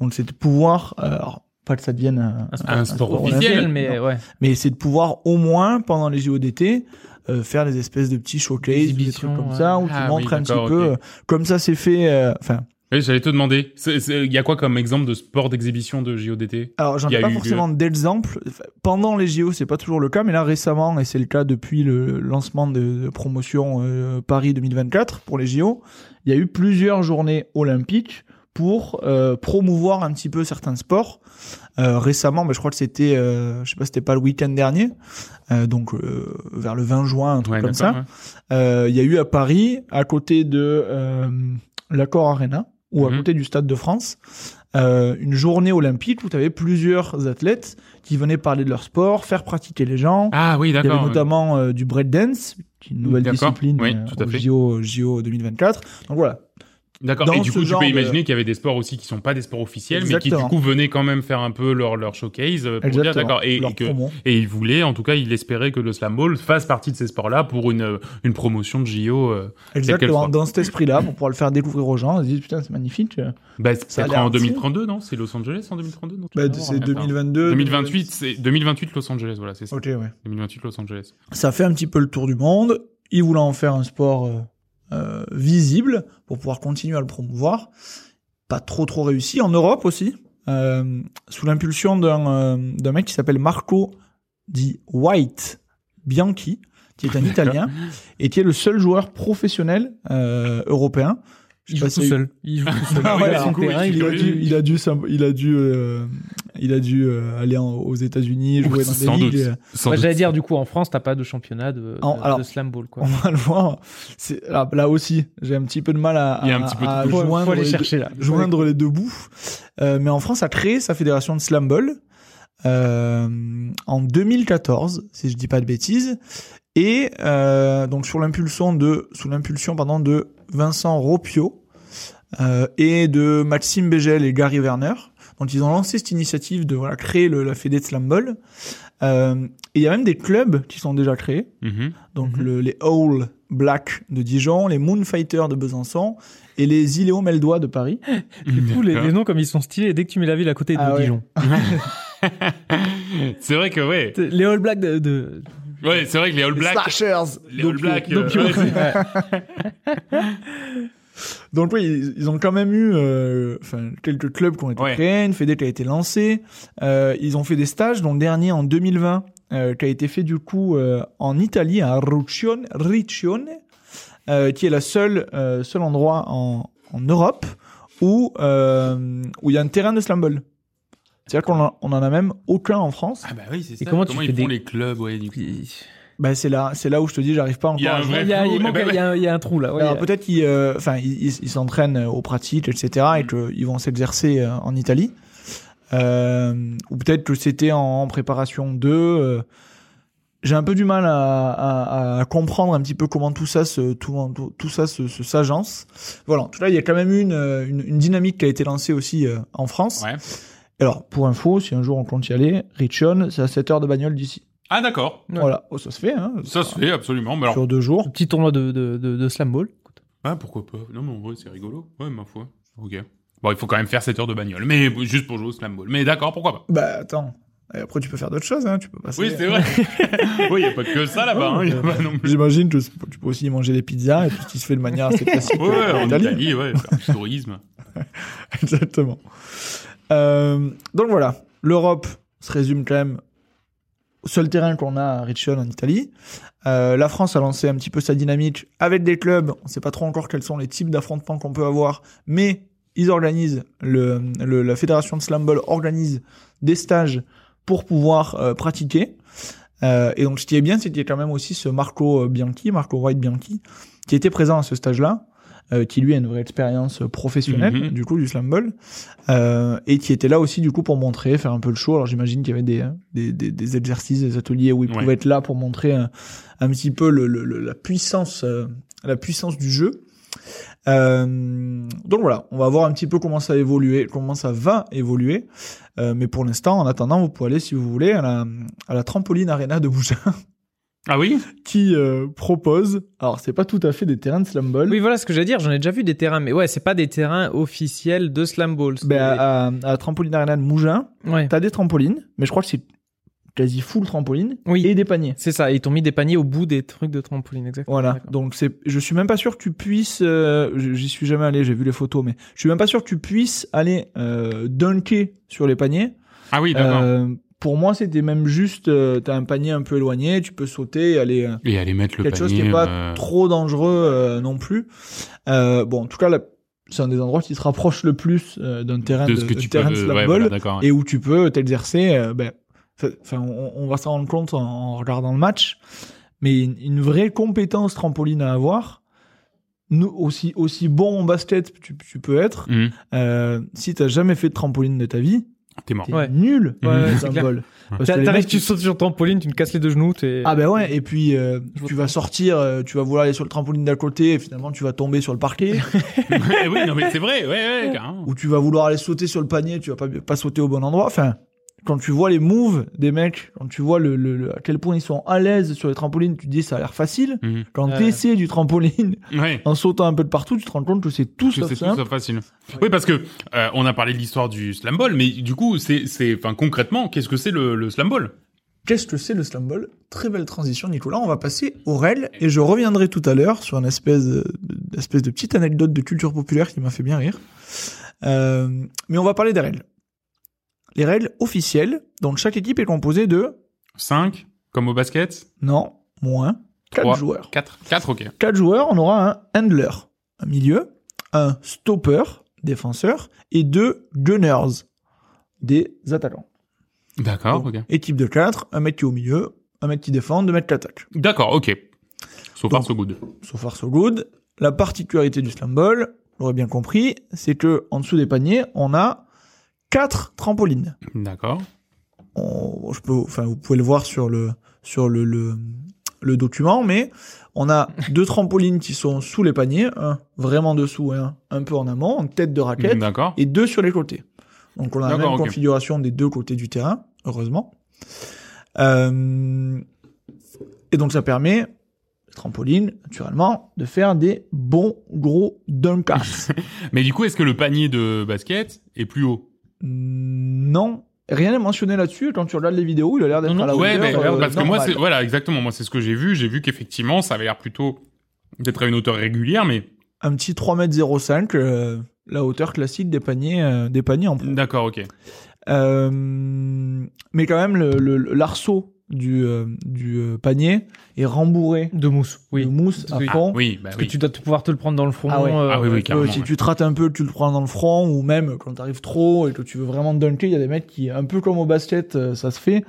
S1: Donc c'est de pouvoir, euh, alors, pas que ça devienne un,
S4: sport
S3: Un sport officiel,
S1: olympique,
S3: Officiel,
S4: mais euh,
S1: non.
S4: ouais.
S1: mais c'est de pouvoir au moins pendant les JO d'été euh, faire des espèces de petits showcases, des trucs
S4: Exhibitions,
S1: comme
S4: ouais.
S1: ça, où
S3: Ah
S1: tu
S3: oui,
S1: montres un petit
S3: d'accord,
S1: peu
S3: ok.
S1: euh, comme ça c'est fait. euh, Enfin,
S3: Oui, j'allais te demander. c'est- c'est- Il y a quoi comme exemple de sport d'exhibition de JODT
S1: Alors, j'en
S3: Il y
S1: ai
S3: a
S1: pas
S3: eu
S1: forcément d'exemple. Enfin, Pendant les JO, c'est pas toujours le cas, mais là récemment, et c'est le cas depuis le lancement de de promotion euh, Paris 2024 pour les JO, il y a eu plusieurs journées olympiques pour euh, promouvoir un petit peu certains sports. Euh, récemment, mais je crois que c'était, euh, je sais pas, c'était pas le week-end dernier, euh, donc euh, vers le 20 juin, un truc
S3: Ouais,
S1: comme ça.
S3: d'accord,
S1: Euh, il y a eu à Paris, à côté de euh, l'Accor Arena ou à
S3: Mhm.
S1: côté du Stade de France, euh, une journée olympique où tu avais plusieurs athlètes qui venaient parler de leur sport, faire pratiquer les gens.
S3: Ah oui,
S1: Il y avait
S3: d'accord. Mm,
S1: notamment euh, du breakdance, qui est une nouvelle
S3: D'accord,
S1: discipline
S3: oui,
S1: euh,
S3: tout à
S1: au
S3: fait.
S1: JO, JO 2024. Donc voilà.
S3: D'accord.
S1: dans
S3: Et du
S1: ce
S3: coup, tu
S1: genre
S3: peux
S1: de-
S3: imaginer qu'il y avait des sports aussi qui sont pas des sports officiels, mais qui
S1: Exactement.
S3: du coup venaient quand même faire un peu leur leur showcase. euh, Pour dire,
S1: Exactement.
S3: d'accord. Et,
S1: leur
S3: et que
S1: promo.
S3: et il voulait, en tout cas, il espérait que le slam ball fasse partie de ces sports-là pour une euh, une promotion de JO. euh,
S1: Exactement.
S3: sport
S1: Dans cet esprit-là, pour pouvoir le faire découvrir aux gens, ils se disent putain, c'est magnifique.
S3: Bah,
S1: Ça a
S3: peut-être
S1: l'air
S3: en
S1: stylé.
S3: 2032, non C'est Los Angeles en 2032 non, tu
S1: Bah,
S3: vas voir,
S1: c'est
S3: hein.
S1: 2022.
S3: 2028, c'est 2028 Los Angeles, voilà, c'est ça.
S1: Ok, ouais.
S3: 2028 Los Angeles.
S1: Ça fait un petit peu le tour du monde. Ils voulaient en faire un sport euh, euh, visible pour pouvoir continuer à le promouvoir. Pas trop trop réussi. En Europe aussi, euh, sous l'impulsion d'un euh, d'un mec qui s'appelle Marco dit White Bianchi, qui
S4: [laughs]
S1: est un Italien et qui est le seul joueur professionnel euh, européen. Je sais
S4: Il joue
S1: pas
S4: tout
S1: si-
S4: seul. Il joue tout seul.
S1: Ah
S4: Il
S1: ouais,
S4: a son
S1: du coup,
S4: terrain,
S3: il-
S4: il
S1: Il a
S4: est-
S1: dû, il a dû, s'im- il a dû, euh, il a dû euh, aller en- aux États-Unis jouer dans des
S3: Sans doute.
S1: ligues. euh,
S3: Sans
S4: Bah,
S3: doute.
S4: J'allais dire, du coup, en France, t'as pas de championnat de, de-
S1: En- alors-
S4: de slam ball, quoi.
S1: On va le voir. C'est là, là aussi, j'ai un petit peu de mal à,
S3: Il y a un
S1: à-
S3: petit peu de
S1: à
S3: tout.
S4: Faut, faut
S1: joindre,
S4: aller
S1: les deux,
S4: chercher, là.
S1: joindre les deux bouts. Euh, mais en France, a créé sa fédération de slam ball euh, en 2014, si je dis pas de bêtises. Et euh, donc sur l'impulsion de sous l'impulsion pardon de Vincent Ropio euh, et de Maxime Bégel et Gary Werner. Donc ils ont lancé cette initiative de voilà créer le, la fédé de slam ball. Euh, et il y a même des clubs qui sont déjà créés. [laughs]
S3: Mhm.
S1: Donc
S4: Mhm.
S1: le- les All Black de Dijon, les Moonfighters de Besançon et les Iléo Meldois de Paris.
S4: Du coup, les,
S3: D'accord.
S4: les noms, comme ils sont stylés, dès que tu mets la ville à côté de
S1: Ah ouais.
S4: Dijon.
S3: c'est vrai que ouais.
S4: Les All Blacks de... de-
S3: Ouais, c'est vrai que les All
S1: Les
S3: Blacks.
S1: Slashers
S3: Les
S1: Donc,
S3: All Blacks.
S1: donc,
S3: euh, ouais, c'est-
S1: donc oui, ils, ils ont quand même eu euh, enfin, quelques clubs qui ont été
S3: Ouais.
S1: créés, une fédé qui a été lancée. Euh, ils ont fait des stages, dont le dernier en 2020, euh, qui a été fait du coup euh, en Italie, à Riccione, Riccione euh, qui est la seule euh, seul endroit en, en Europe où euh, où il y a un terrain de slam ball. C'est-à-dire qu'on en- on en a même aucun en France.
S3: Ah bah oui, c'est ça.
S4: Et comment tu
S3: ils
S4: fais
S3: font
S4: des-
S3: les clubs, ouais, du coup.
S1: Bah, c'est là, c'est là où je te dis, j'arrive pas encore.
S3: Il y a
S1: à
S3: un
S1: jouer.
S3: vrai
S4: Il y a, il
S3: flou.
S4: manque-
S3: Eh ben,
S4: il y a- il y a un trou, là. ouais,
S1: Alors
S4: il y a-
S1: peut-être qu'ils, euh, enfin, ils ils- ils s'entraînent euh, aux pratiques, etc., et
S3: Mm.
S1: qu'ils vont s'exercer euh, en Italie. Euh, ou peut-être que c'était en, en préparation de. euh, j'ai un peu du mal à, à- à comprendre un petit peu comment tout ça se tout, tout- tout ça se, se- s'agence. Voilà. En tout cas, il y a quand même une, euh, une, une dynamique qui a été lancée aussi euh, en France.
S3: Ouais.
S1: Alors, pour info, si un jour on compte y aller, Richon, c'est à 7 heures de bagnole d'ici.
S3: Ah d'accord.
S4: Ouais.
S1: Voilà. Oh, ça se fait. Hein,
S3: Ça se fait absolument. Mais alors,
S1: sur deux jours.
S4: Petit tournoi de, de, de, de slam ball.
S3: ah pourquoi pas Non mais en vrai, c'est rigolo. Ouais, ma foi. Ok. Bon, il faut quand même faire 7 heures de bagnole, mais juste pour jouer au slam ball. Mais d'accord, pourquoi pas
S1: Bah attends, Et après tu peux faire d'autres choses, hein. tu peux passer.
S3: Oui, c'est vrai. [laughs] oui, il n'y a pas que ça là-bas. hein, y a pas non plus.
S1: J'imagine que tu peux aussi manger des pizzas et tout ce qui se fait de manière
S3: [laughs]
S1: assez classique
S3: Ouais,
S1: euh, en
S3: en
S1: Italie.
S3: Italie, ouais, faire du tourisme.
S1: [laughs] Exactement. Euh, donc voilà, l'Europe se résume quand même au seul terrain qu'on a à Riccione en Italie. Euh, la France a lancé un petit peu sa dynamique avec des clubs. On ne sait pas trop encore quels sont les types d'affrontements qu'on peut avoir, mais ils organisent, le, le- la fédération de slam ball organise des stages pour pouvoir euh, pratiquer. Euh, et donc ce qui est bien, c'est qu'il y a quand même aussi ce Marco euh, Bianchi, Marco White Bianchi, qui était présent à ce stage-là, euh, qui lui a une vraie expérience professionnelle
S3: Mhm.
S1: du coup du slam ball, euh, et qui était là aussi du coup pour montrer, faire un peu le show. Alors j'imagine qu'il y avait des, euh, des, des, des exercices, des ateliers où il
S3: Ouais.
S1: pouvait être là pour montrer un, un petit peu le, le- le- la puissance, euh, la puissance du jeu. Euh, donc voilà, on va voir un petit peu comment ça évolue, comment ça va évoluer. Euh, mais pour l'instant, en attendant, vous pouvez aller, si vous voulez, à la, à la Trampoline Arena de Mougins,
S3: Ah oui
S1: [laughs] qui euh, propose. Alors, c'est pas tout à fait des terrains de slam ball.
S4: Oui, voilà ce que j'allais dire. J'en ai déjà vu des terrains, mais ouais, c'est pas des terrains officiels de slam ball. C'est-
S1: Ben, à, à- à la Trampoline Arena de Mougins,
S4: ouais.
S1: t'as des trampolines, mais je crois que c'est quasi full trampoline
S4: Oui.
S1: et des paniers.
S4: C'est ça. Ils t'ont mis des paniers au bout des trucs de trampoline, exactement.
S1: Voilà.
S4: D'accord.
S1: Donc c'est, je suis même pas sûr que tu puisses. euh, j- J'y suis jamais allé. J'ai vu les photos, mais je suis même pas sûr que tu puisses aller euh, dunker sur les paniers.
S3: Ah oui, d'accord.
S1: Euh, pour moi, c'était même juste, euh, t'as un panier un peu éloigné, tu peux sauter et aller euh,
S3: Et aller mettre le
S1: quelque chose
S3: panier,
S1: qui est pas
S3: euh,
S1: trop dangereux euh, non plus. Euh, bon, en tout cas, là, c'est un des endroits qui se rapproche le plus euh, d'un terrain de,
S3: de ce que
S1: d'un
S3: tu peux.
S1: terrain de
S3: euh,
S1: slam
S3: ouais,
S1: ball
S3: voilà, d'accord.
S1: et où tu peux t'exercer. euh, ben, fa- enfin, on, on va s'en rendre compte en, en regardant le match, mais une, une vraie compétence trampoline à avoir. nous, aussi, aussi bon en basket tu, tu peux être,
S3: Mhm.
S1: euh, si t'as jamais fait de trampoline de ta vie, [laughs]
S3: T'es mort. [laughs]
S1: t'es
S4: Ouais.
S1: nul.
S4: Ouais, ouais,
S1: dans
S4: c'est
S1: un
S4: clair.
S1: bol. Parce que
S4: T'a-
S1: les
S4: T'arrives,
S1: mecs,
S4: tu sautes sur le trampoline, tu me casses les deux genoux, t'es.
S1: Ah ben ouais, et puis euh, tu vas sortir, euh, tu vas vouloir aller sur le trampoline d'à côté, et finalement tu vas tomber sur le parquet,
S3: Ouais, Eh oui, non, mais c'est vrai, ouais, ouais, carrément.
S1: ou tu vas vouloir aller sauter sur le panier, tu vas pas, pas sauter au bon endroit. Enfin, quand tu vois les moves des mecs, quand tu vois le, le- le- à quel point ils sont à l'aise sur les trampolines, tu te dis ça a l'air facile.
S3: Mhm.
S1: Quand
S4: Ouais.
S1: t'essaies du trampoline [laughs]
S3: Ouais.
S1: en sautant un peu de partout, tu te rends compte que c'est tout
S3: que
S1: sauf
S3: c'est tout
S1: simple.
S3: sauf facile. Oui, parce que euh, on a parlé de l'histoire du slam ball, mais du coup, c'est, c'est, enfin, concrètement, qu'est-ce que c'est le, le slam ball
S1: Qu'est-ce que c'est le slam ball Très belle transition, Nicolas. On va passer au REL et je reviendrai tout à l'heure sur une espèce de, espèce de petite anecdote de culture populaire qui m'a fait bien rire. Euh, mais on va parler des REL. Les REL officiels, donc chaque équipe est composée de,
S3: 5, comme au basket
S1: non, moins, 4
S3: Trois.
S1: joueurs.
S3: 4 4, ok.
S1: 4 joueurs, on aura un handler, un milieu, un stopper, défenseur, et deux gunners, des attaquants.
S3: D'accord, Ah, ok.
S1: Équipe de 4, un mec qui est au milieu, un mec qui défend, deux mecs qui attaquent.
S3: D'accord, ok. So far,
S1: Donc-
S3: so good.
S1: so far so good. La particularité du slam ball, vous l'aurez bien compris, c'est que en dessous des paniers, on a quatre trampolines.
S3: D'accord.
S1: On- je peux, enfin, vous pouvez le voir sur le sur le, le le document, mais on
S3: [laughs]
S1: a deux trampolines qui sont sous les paniers, un vraiment dessous et un un peu en amont, en tête de raquette,
S3: D'accord.
S1: et deux sur les côtés. Donc on a la même
S3: D'accord, ok.
S1: configuration des deux côtés du terrain, heureusement. Euh, et donc ça permet, trampoline, naturellement, de faire des bons gros
S3: [laughs]
S1: dunkas.
S3: Mais du coup, est-ce que le panier de basket est plus haut
S1: non, rien n'est mentionné là-dessus. Quand tu regardes les vidéos, il a l'air d'être
S4: Non, non,
S1: à la
S3: Ouais,
S1: hauteur.
S3: mais
S1: euh,
S3: parce que moi,
S1: normale.
S3: c'est, voilà, exactement. Moi, c'est ce que j'ai vu. J'ai vu qu'effectivement, ça avait l'air plutôt d'être à une hauteur régulière, mais
S1: Un petit 3m05, euh, la hauteur classique des paniers, euh, des paniers en pro.
S3: d'accord, ok.
S1: Euh, mais quand même, le- le- l'arceau du, euh, du euh, panier est rembourré
S4: De mousse, oui.
S1: de mousse à
S4: Oui.
S1: fond.
S3: Ah, oui, bah
S4: Parce
S3: oui.
S4: que tu dois te- pouvoir te le prendre dans le front.
S1: Ah ouais.
S4: euh,
S3: Ah oui, oui,
S1: Euh,
S3: carrément.
S1: si
S3: ouais.
S1: tu te rates un peu, tu le prends dans le front, ou même quand t'arrives trop et que tu veux vraiment dunker, il y a des mecs qui, un peu comme au basket, euh, ça se fait.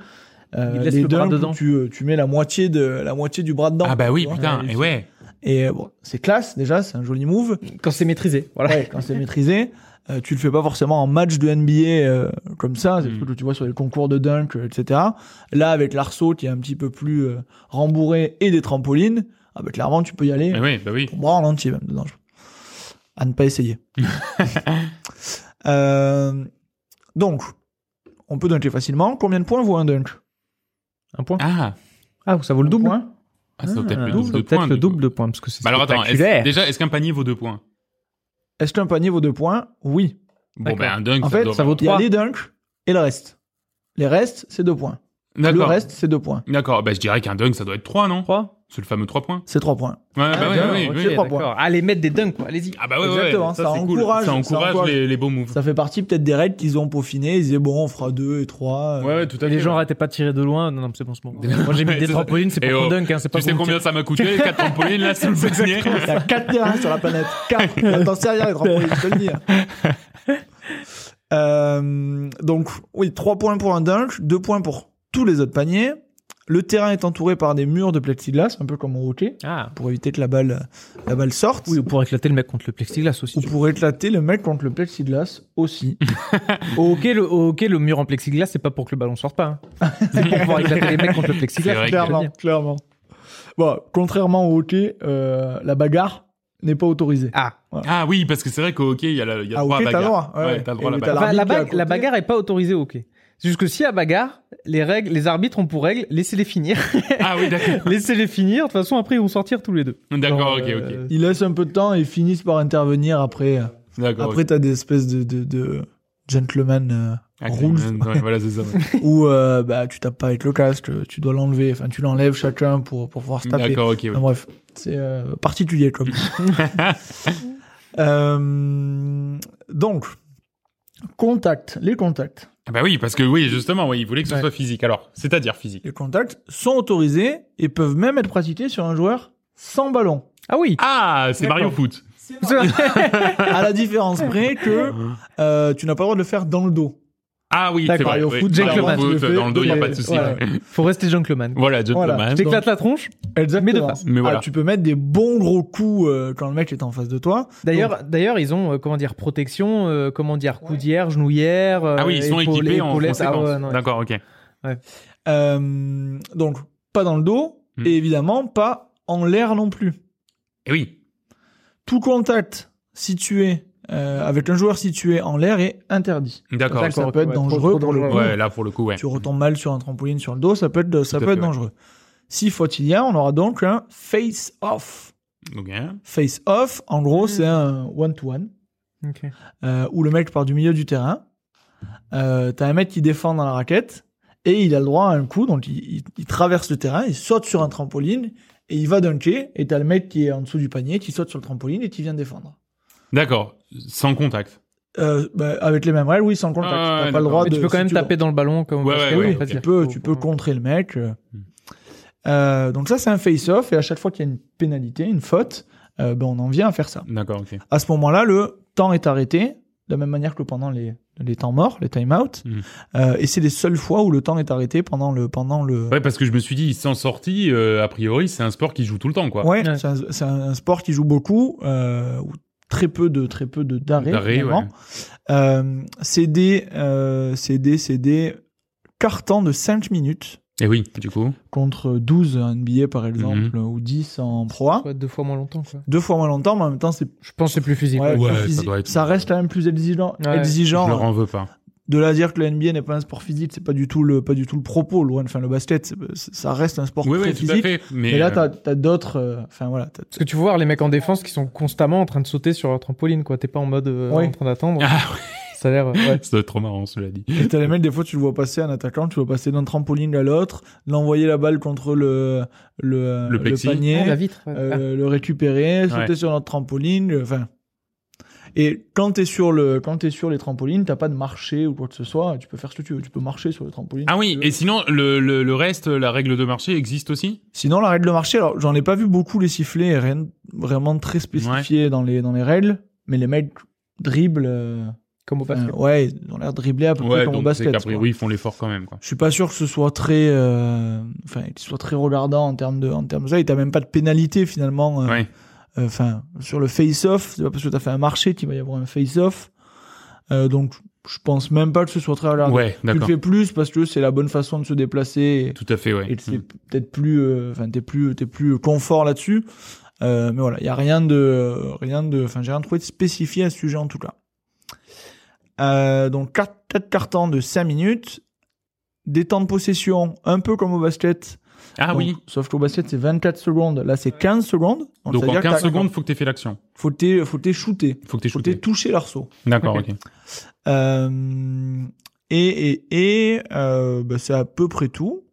S1: Euh,
S4: Ils laissent
S1: les
S4: le bras
S1: dunks où
S4: dedans.
S1: Tu, euh, tu mets la moitié, de, la moitié du bras dedans.
S3: Ah bah oui,
S1: tu vois.
S3: putain, et ouais.
S1: Et euh, bon, c'est classe déjà, c'est un joli move.
S4: Quand c'est maîtrisé, voilà.
S1: Ouais, quand c'est maîtrisé, euh, tu le fais pas forcément en match de NBA euh, comme ça, c'est le
S3: Mm.
S1: truc que tu vois sur les concours de dunk, euh, etc. Là, avec l'arceau qui est un petit peu plus euh, rembourré et des trampolines, ah bah, clairement, tu peux y aller.
S3: Eh ouais, bah oui.
S1: Pour moi, en entier, même dedans. je- À ne pas essayer.
S3: [laughs]
S1: Euh, donc, on peut dunker facilement. Combien de points vaut un dunk
S4: Un point.
S3: Ah,
S4: Ah, ça vaut le double.
S1: Point
S3: ah ça vaut peut-être le
S4: Ah,
S3: double
S4: ça
S3: de
S4: vaut peut-être
S3: points.
S4: le
S3: du coup.
S4: double de points, parce que c'est
S3: Bah alors attends, est-ce-
S4: spectaculaire.
S3: déjà, est-ce qu'un panier vaut deux points
S1: Est-ce qu'un panier vaut deux points Oui.
S3: Bon,
S4: D'accord.
S3: bah un dunk,
S1: En
S3: ça
S1: fait,
S3: doit
S4: ça vaut
S3: valoir-
S1: Il y a
S4: Trois.
S1: les dunks et le reste. Les restes, c'est deux points. Le
S3: D'accord.
S1: reste, c'est deux points.
S3: D'accord, bah je dirais qu'un dunk, ça doit être 3, non
S4: 3
S3: C'est le fameux 3 points.
S1: C'est trois points.
S3: Ouais, bah oui,
S1: d'accord,
S3: oui,
S1: ok.
S3: oui.
S1: C'est trois points.
S4: Allez, mettre des dunks, quoi. Allez-y.
S3: Ah bah ouais,
S1: Exactement,
S3: ouais,
S1: ça
S3: c'est cool.
S1: encourage-
S3: ça
S1: ça
S3: encourage
S1: encourage.
S3: les, les beaux moves.
S1: Ça fait partie peut-être des règles qu'ils ont peaufinées. Ils disaient, bon, on fera deux et trois.
S3: Ouais,
S1: euh.
S3: ouais, tout à fait.
S4: les gens
S3: ouais.
S4: arrêtaient pas de tirer de loin. Non, non, c'est
S3: [laughs]
S4: bon, c'est bon. Moi, j'ai mis
S3: C'est
S4: des
S3: ça.
S4: trampolines, c'est
S3: Et
S4: pas pour
S3: oh,
S4: dunk, hein, c'est pas
S3: Tu sais
S4: pour-
S3: combien ça m'a
S1: [laughs]
S3: coûté 4 trampolines là sous le panier
S1: Il y a 4 terrains sur la planète. 4. On t'en sert rien, les trampolines, je te le dis. Euh, donc, oui, 3 points pour un dunk, 2 points pour tous les autres paniers. Le terrain est entouré par des murs de plexiglas, un peu comme au hockey,
S4: Ah.
S1: pour éviter que la balle, la balle sorte.
S4: Oui, ou pour éclater le mec contre le plexiglas aussi.
S1: ou
S4: tu
S1: pour éclater le mec contre le plexiglas aussi.
S4: vois. Au hockey, le, au hockey, le mur en plexiglas, c'est pas pour que le ballon sorte pas. hein. c'est pour pouvoir éclater les mecs contre le
S3: C'est
S4: plexiglas.
S3: vrai
S4: je veux
S1: clairement,
S4: dire.
S1: clairement. Bon, contrairement au hockey, euh, la bagarre n'est pas autorisée.
S4: Ah.
S3: Ah oui, parce que c'est vrai qu'au hockey, il y a, la, il y a
S1: Ah,
S3: trois
S1: ok, t'as le
S3: bagarres.
S1: droit. Ouais,
S3: Ouais,
S1: ouais.
S3: t'as le droit à
S1: Et
S3: la
S1: t'as
S3: bagarre.
S4: Enfin, la,
S1: l'arbitre qui est à
S4: bague- la
S1: côté.
S4: bagarre est pas autorisée au hockey. C'est juste que si à bagarre, les règles, les arbitres ont pour règle, laissez-les finir. [laughs]
S3: Ah
S1: [laughs]
S3: oui, d'accord.
S4: laissez-les finir. De toute façon, après, ils vont sortir tous les deux.
S3: D'accord,
S4: Genre,
S3: ok, ok.
S4: euh,
S1: Ils laissent un peu de temps et finissent par intervenir après. euh,
S3: D'accord.
S1: Après,
S3: ok.
S1: t'as des espèces de, de, de gentleman euh,
S3: Ah,
S1: rules
S3: ouais, Voilà, c'est
S1: [laughs]
S3: ça. ouais.
S1: où euh, bah, tu tapes pas avec le casque, tu dois l'enlever, enfin tu l'enlèves chacun pour, pour pouvoir se taper.
S3: D'accord, ok. ouais.
S1: Enfin, bref, c'est euh, particulier
S3: [laughs]
S1: comme. Euh, donc, contact, les contacts.
S3: Ah Bah oui, parce que oui, justement, oui, il voulait que ce
S1: Ouais.
S3: soit physique. Alors, c'est-à-dire physique.
S1: Les contacts sont autorisés et peuvent même être pratiqués sur un joueur sans ballon.
S4: Ah oui.
S3: Ah, c'est
S1: D'accord.
S3: Mario Foot. [laughs]
S1: à la différence près que euh, tu n'as pas le droit de le faire dans le dos.
S3: Ah oui, c'est
S4: D'accord,
S3: vrai.
S1: et au
S3: oui.
S1: foot,
S3: Dans le
S4: gentleman,
S3: foot,
S1: je le fais.
S3: dans le dos, il n'y a
S1: Et-
S3: pas de souci.
S1: voilà.
S3: ouais.
S4: [laughs] Faut rester gentleman.
S3: [laughs] Voilà, gentleman.
S4: Je t'éclate la tronche.
S1: Exactement.
S4: Mais de face.
S3: Mais
S1: Ah,
S3: voilà.
S1: tu peux mettre des bons gros coups euh, quand le mec est en face de toi.
S4: D'ailleurs, d'ailleurs, ils ont euh, comment dire protection, euh, comment dire coudière, genouillère. euh,
S3: Ah oui, ils sont
S4: épaule-
S3: équipés en
S4: épaulette. Ah ouais,
S3: conséquence.
S4: non,
S3: D'accord, ok.
S1: Euh, donc, pas dans le dos
S3: Hmm.
S1: et évidemment pas en l'air non plus.
S3: Et oui.
S1: Tout contact situé euh, avec un joueur situé en l'air est interdit.
S3: D'accord.
S1: Ça, ça peut être
S4: ouais, trop-
S1: dangereux
S4: trop
S1: pour le
S4: dangereux,
S1: coup.
S3: Ouais, là, pour le coup, ouais.
S1: Tu retombes mal sur un trampoline sur le dos, ça peut être, ça
S3: Tout
S1: peut
S3: à fait,
S1: être
S3: ouais.
S1: dangereux. Si faute il y a, on aura donc un face-off.
S3: Ok.
S1: Face-off, en gros,
S4: Hmm.
S1: c'est un one-to-one.
S4: Ok.
S1: euh, où le mec part du milieu du terrain. Euh, T'as un mec qui défend dans la raquette et il a le droit à un coup, donc il, il- il traverse le terrain, il saute sur un trampoline et il va dunker. Et t'as le mec qui est en dessous du panier, qui saute sur le trampoline et qui vient défendre.
S3: D'accord. Sans contact.
S1: Euh, bah, avec les mêmes règles, oui, sans contact.
S3: Ah ouais,
S1: T'as pas le
S3: d'accord.
S1: droit
S4: Mais
S1: de.
S4: tu peux quand
S1: si
S4: même taper dans le ballon comme.
S3: Ouais,
S4: parce
S3: ouais,
S4: que,
S1: oui,
S4: oui,
S3: ok.
S4: pas de
S1: tu
S4: dire
S1: peux,
S4: faut-
S1: tu peux
S4: faut-
S1: contrer le mec. euh.
S3: Hmm.
S1: Euh, donc ça, c'est un face-off et à chaque fois qu'il y a une pénalité, une faute, euh, ben, on en vient à faire ça.
S3: D'accord, ok.
S1: À ce moment-là, le temps est arrêté, de la même manière que pendant les, les temps morts, les time-out.
S3: Mhm.
S1: Euh, et c'est les seules fois où le temps est arrêté pendant le. Pendant le...
S3: Ouais, parce que je me suis dit, il s'en sortit, euh, a priori, c'est un sport qui joue tout le temps, quoi.
S1: Ouais,
S4: Ouais.
S1: c'est un, c'est un sport qui joue beaucoup, euh, ou très peu de très peu de d'arrêts.
S3: D'arrêt,
S1: finalement.
S3: ouais.
S1: Euh, c'est des, euh, c'est des, c'est des cartons de 5 minutes
S3: Et oui, du coup.
S1: contre 12 en NBA par exemple,
S3: Mm-hmm.
S1: ou 10 en Pro 1.
S4: Ouais, deux fois moins longtemps. Quoi.
S1: Deux fois moins longtemps, mais en même temps, c'est
S4: Je pense que c'est plus physique.
S1: ouais,
S4: ouais.
S1: plus
S3: Ouais, ça
S1: physique.
S3: doit être- euh,
S1: reste quand même plus exigeant.
S4: Ouais.
S1: exigeant
S3: je leur en veux pas.
S1: de là à dire que la NBA n'est pas un sport physique, c'est pas du tout le pas du tout le propos. Loin, enfin le basket, c'est- ça reste un sport
S3: Oui,
S1: très
S3: oui, tout à
S1: physique.
S3: fait. Mais,
S1: Et là,
S3: euh,
S1: t'as as, d'autres. euh, Enfin voilà. t'as-
S4: Parce que tu vois les mecs en défense qui sont constamment en train de sauter sur leur trampoline. quoi. T'es pas en mode euh,
S1: Ouais.
S4: en
S3: [laughs]
S4: train d'attendre.
S3: [laughs] Ah,
S4: Ça a l'air. euh, ouais.
S3: ça doit être trop marrant, cela dit.
S1: Et t'as les mecs, des fois, tu le vois passer un attaquant, tu le vois passer d'un trampoline à l'autre, l'envoyer la balle contre le le,
S3: Le plexi.
S1: panier,
S4: Ah, la vitre. ouais.
S1: euh, le récupérer, sauter
S3: Ouais.
S1: sur notre trampoline. euh, Enfin. Et quand t'es sur le quand t'es sur les trampolines, t'as pas de marché ou quoi que ce soit. Tu peux faire ce que tu veux. Tu peux marcher sur le trampoline.
S3: Ah oui, et sinon, le, le, le reste, la règle de marché existe aussi
S1: Sinon, la règle de marché, alors j'en ai pas vu beaucoup les sifflets, rien de vraiment très spécifié dans, les, dans les règles, mais les mecs dribblent. euh,
S4: Ah, Comme au
S1: enfin,
S4: basket.
S1: ouais, ils ont l'air de dribbler à peu près comme au
S3: donc c'est
S1: basket.
S3: qu'a
S1: quoi.
S3: priori, ils font l'effort quand même, quoi.
S1: Je suis pas sûr que ce soit très. euh, Enfin, qu'ils soient très regardants en termes de, en termes de ça. Et t'as même pas de pénalité finalement. euh,
S3: Ouais.
S1: euh, Enfin, sur le face-off, c'est pas parce que t'as fait un marché qu'il va y avoir un face-off. Euh, donc, je pense même pas que ce soit très regardant.
S3: Ouais,
S1: tu le
S3: d'accord.
S1: fais plus parce que c'est la bonne façon de se déplacer. et-
S3: Tout à fait, ouais.
S1: et c'est
S3: Mm.
S1: peut-être plus euh, enfin t'es plus t'es plus confort là-dessus Euh, mais voilà il y a rien de rien de enfin j'ai rien trouvé de spécifié à ce sujet en tout cas Euh, donc 4, cartons de 5 minutes des temps de possession un peu comme au basket
S3: Ah
S1: Donc,
S3: oui,
S1: sauf qu'au basket c'est 24 secondes là c'est 15 secondes
S3: donc en
S1: c'est-à-dire que
S3: 15
S1: t'as-
S3: secondes, faut que t'aies fait l'action.
S1: faut t'es faut t'es shooté
S3: Faut que t'aies
S1: faut t'es
S3: shooté.
S1: touché l'arceau [laughs]
S3: D'accord, ok.
S1: euh, et et, et euh, bah, c'est à peu près tout.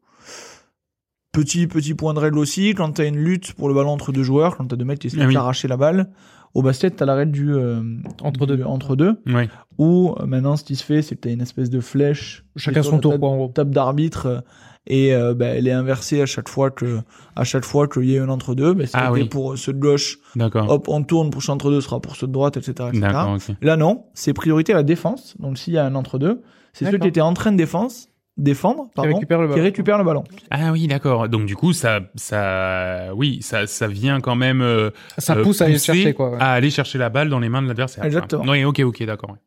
S1: Petit petit point de règle aussi, quand t'as une lutte pour le ballon entre deux joueurs, quand t'as deux mecs qui essaient
S3: Ah
S1: de
S3: oui.
S1: t'arracher la balle, au basket t'as la règle du euh,
S4: Entre
S1: du-
S4: deux.
S1: entre deux,
S3: Ouais.
S1: où euh, maintenant ce qui se fait c'est que t'as une espèce de flèche,
S4: Chacun
S1: sur
S4: son
S1: la
S4: tour,
S1: table-
S4: quoi, en gros.
S1: table d'arbitre euh, et euh, bah, elle est inversée à chaque fois que à chaque fois qu'il y a un entre deux, bah, c'était
S3: Ah oui.
S1: pour ceux de gauche,
S4: Ah.
S3: D'accord.
S1: hop on tourne pour ceux entre deux sera pour ceux de droite, etc. etc.
S3: D'accord, ok.
S1: Là, non, c'est priorité à la défense. Donc, s'il y a un entre-deux, c'est ceux
S4: D'accord.
S1: qui étaient en train de défense, défendre,
S4: Qui
S1: pardon, qui,
S4: récupère le ballon.
S1: récupèrent le ballon.
S3: Ah oui, d'accord. Donc du coup, ça, ça, oui, ça, ça vient quand même. euh,
S4: Ça
S3: euh,
S4: pousse à aller
S3: pousser
S4: chercher, quoi. ouais.
S3: À aller chercher la balle dans les mains de l'adversaire.
S1: Exactement.
S3: Oui, ok, ok, d'accord. ouais.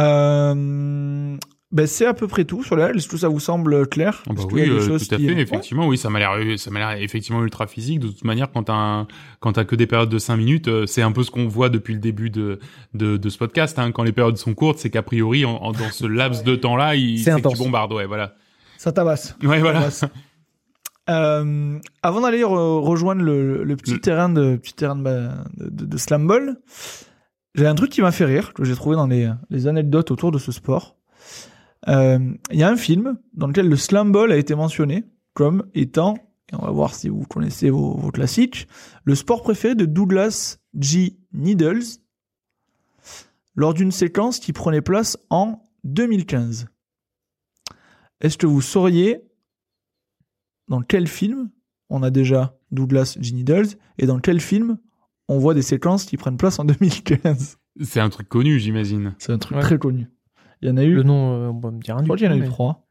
S1: Euh, ben, c'est à peu près tout sur la règle. Est-ce que ça vous semble clair
S3: Ah bah
S1: Est-ce qu'il y
S3: oui,
S1: a des
S3: euh,
S1: choses
S3: tout à
S1: qui-
S3: fait.
S1: Ouais.
S3: Effectivement, oui, ça m'a l'air, euh, ça m'a l'air effectivement ultra physique. De toute manière, quand t'as, un- quand t'as que des périodes de 5 minutes, euh, c'est un peu ce qu'on voit depuis le début de, de, de ce podcast. hein. Quand les périodes sont courtes, c'est qu'a priori, en, en- dans ce laps de temps-là, il
S4: C'est
S3: c'est que tu
S4: intense.
S3: bombardes. Ouais, voilà.
S1: Ça tabasse.
S3: Ouais, voilà.
S1: Euh, avant d'aller re- rejoindre le, le petit
S3: Le-
S1: terrain de petit terrain de, ba- de- de slam ball, j'ai un truc qui m'a fait rire que j'ai trouvé dans les, les anecdotes autour de ce sport. Euh, Il y a un film dans lequel le slam ball a été mentionné comme étant, et on va voir si vous connaissez vos, vos classiques, le sport préféré de Douglas G. Needles lors d'une séquence qui prenait place en 2015. Est-ce que vous sauriez dans quel film on a déjà Douglas G. Needles et dans quel film on voit des séquences qui prennent place en [laughs] 2015
S3: C'est un truc connu, j'imagine.
S1: C'est un truc
S4: Ouais.
S1: très connu. Il y en a eu.
S4: Le nom, euh, on me dit rien
S1: Je
S4: du
S1: crois qu'il y en a eu
S4: mais-
S1: trois.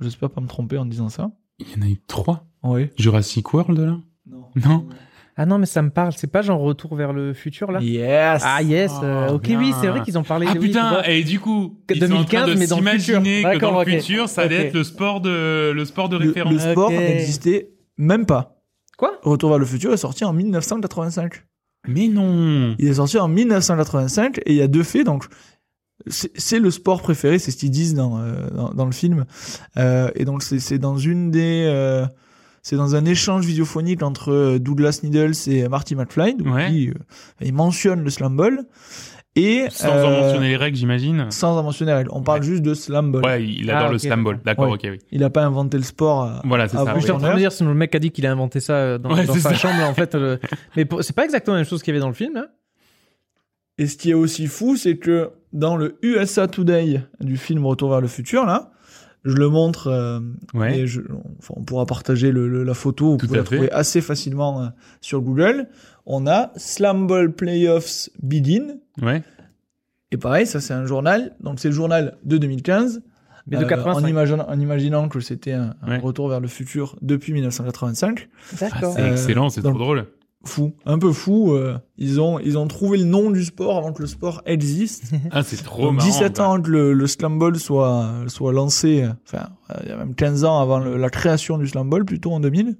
S1: J'espère pas me tromper en disant ça.
S3: Il y en a eu trois.
S1: Oui.
S3: Jurassic World, là
S1: Non.
S3: Non.
S4: Ah non, mais ça me parle. C'est pas genre retour vers le futur là
S1: Yes.
S4: Ah yes. euh,
S3: Ah,
S4: ok,
S3: bien.
S4: oui, c'est vrai qu'ils ont parlé.
S3: Ah
S4: oui, je
S3: putain,
S4: vois.
S3: et du coup,
S4: Que
S3: ils sont en train
S4: 2015,
S3: de
S4: mais dans le futur.
S3: s'imaginer que
S4: D'accord,
S3: dans
S4: ok.
S3: le futur, ça allait
S4: Ok.
S3: être le sport de, le sport de
S1: Le,
S3: référence.
S1: le sport
S4: Ok.
S1: n'existait même pas.
S4: Quoi
S1: Retour vers le futur est sorti en 1985.
S3: Mais non
S1: Il est sorti en 1985 et il y a deux faits. Donc, c'est c'est le sport préféré, c'est ce qu'ils disent dans, euh, dans, dans le film. Euh, et donc, c'est c'est dans une des. euh, c'est dans un échange vidéophonique entre euh, Douglas Needles et Marty McFly. où
S3: Ouais.
S1: il, euh, il mentionne le slam ball. Et,
S3: Sans en
S1: euh,
S3: mentionner les règles, j'imagine.
S1: Sans en mentionner la règle. On parle
S3: Ouais.
S1: juste de slam ball.
S3: Ouais, il adore
S4: Ah,
S3: le
S4: ok,
S3: slam ball. D'accord,
S1: Ouais.
S3: ok, oui.
S1: Il n'a pas inventé le sport. à-
S3: Voilà, c'est
S1: Ah, oui,
S3: ça. oui.
S4: J'étais en train de me dire, sinon le mec a dit qu'il a inventé ça euh, dans,
S3: Ouais,
S4: dans
S3: c'est
S4: sa
S3: ça.
S4: chambre, en fait. [laughs] le- Mais pour- c'est pas exactement la même chose qu'il y avait dans le film. hein.
S1: Et ce qui est aussi fou, c'est que dans le USA Today du film Retour vers le futur, là, je le montre euh,
S3: Ouais.
S1: Et je- enfin, on pourra partager le- le- la photo, vous
S3: Tout
S1: pouvez
S3: à
S1: la
S3: fait.
S1: trouver assez facilement euh, sur Google. On a Slam Ball Playoffs Begin.
S3: Ouais. Ah,
S1: Et pareil, ça c'est un journal, donc c'est le journal de 2015,
S4: Mais de
S1: euh,
S4: 85.
S1: en, imaginant, en imaginant que c'était un, un
S3: Ouais.
S1: retour vers le futur depuis 1985.
S3: Ah,
S4: D'accord.
S3: c'est
S1: Euh,
S3: excellent, c'est
S1: dans-
S3: trop drôle.
S1: Fou, un peu fou. euh, ils, ont, ils ont trouvé le nom du sport avant que le sport existe.
S3: [laughs] Ah, c'est trop
S1: Donc,
S3: marrant. bah.
S1: 17
S3: quoi.
S1: ans que le, le slam ball soit, soit lancé, euh, enfin, euh, il y a même 15 ans avant le- la création du slam ball, plutôt en 2000,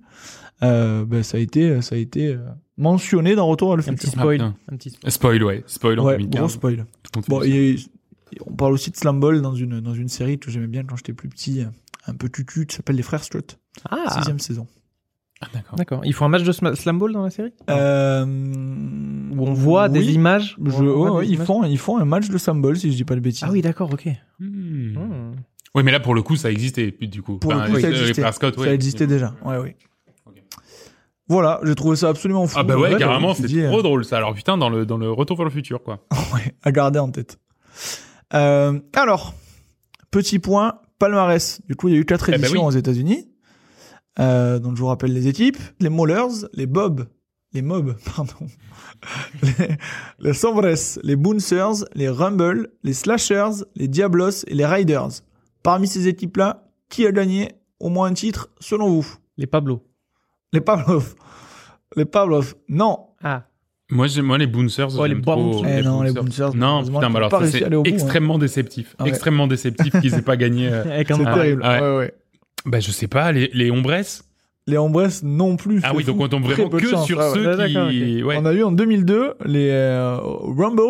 S1: euh, ben, ça a été, ça a été euh, mentionné dans Retour à le
S4: Un petit
S1: futur.
S4: spoil.
S3: Ah, putain.
S4: un petit spoil.
S3: Spoil, ouais. Spoil en
S1: Ouais, gros
S3: 2015.
S1: spoil.
S3: Quand tu
S1: Bon,
S3: dis ça.
S1: et- et on parle aussi de slam ball dans une, dans une série que j'aimais bien quand j'étais plus petit, euh, un peu tutu, qui s'appelle Les Frères Slot,
S4: Ah,
S1: sixième saison.
S3: Ah, d'accord.
S4: d'accord. Il faut un match de sma- slam ball dans la série
S1: Euh,
S4: Où Ah. on voit des
S1: oui,
S4: images oh,
S1: je-
S4: On voit
S1: ouais,
S4: des
S1: ouais, ils,
S4: images
S1: font, ils font un match de slam ball, si je dis pas de bêtises.
S4: Ah oui, d'accord, ok.
S3: Hmm.
S4: Hmm.
S3: Oui, mais là, pour le coup, ça existait, du coup.
S1: Pour le
S3: Enfin,
S1: coup, ça
S3: euh, les
S1: existait.
S3: frères Scott, ouais.
S1: Ça existait déjà. Ouais, oui.
S3: Ok.
S1: Voilà, j'ai trouvé ça absolument fou.
S3: Ah bah
S1: En
S3: ouais,
S1: fait, je
S3: carrément,
S1: me suis
S3: c'est
S1: dit,
S3: trop drôle ça. Alors putain, dans le, dans le retour vers le futur, quoi.
S1: euh, ouais, à garder en tête. Euh, alors, petit point, palmarès. Du coup, il y a eu quatre
S3: Eh ben
S1: éditions
S3: oui.
S1: aux États-Unis. Euh, donc, je vous rappelle les équipes les Maulers, les Bob, les Mobs, [laughs] pardon, les, les Sombres, les Bouncers, les Rumble, les Slashers, les Diablos et les Riders. Parmi ces équipes-là, qui a gagné au moins un titre selon vous
S4: Les Pablo.
S1: Les Pavlov. Les Pavlov. Non.
S4: Ah,
S3: Moi, j'ai- moi les Bouncers,
S4: Oh, les
S3: j'aime trop,
S4: Bouncers.
S1: Eh non, les Bouncers,
S3: Non,
S1: malheureusement, ils
S3: putain, mais
S1: ont
S3: alors
S1: pas
S3: ça,
S1: réussi à
S3: c'est
S1: aller au bout, hein.
S3: extrêmement déceptif.
S1: Ah ouais.
S3: Extrêmement déceptif qu'ils aient pas gagné.
S1: [laughs]
S3: euh,
S4: avec
S1: C'est
S4: un bras.
S1: terrible.
S3: Ah ouais.
S1: Ouais, ouais.
S3: Bah, je sais pas, les, les Ombres
S1: Les Hombres non plus.
S3: Ah
S1: c'est
S3: oui, donc
S1: fou.
S3: on tombe
S1: Très
S3: vraiment
S1: peu de
S3: que
S1: chance,
S3: sur
S1: ouais,
S3: ceux
S4: ouais. Ah, d'accord,
S3: qui. Ouais.
S1: On a eu en 2002 les euh, Rumble,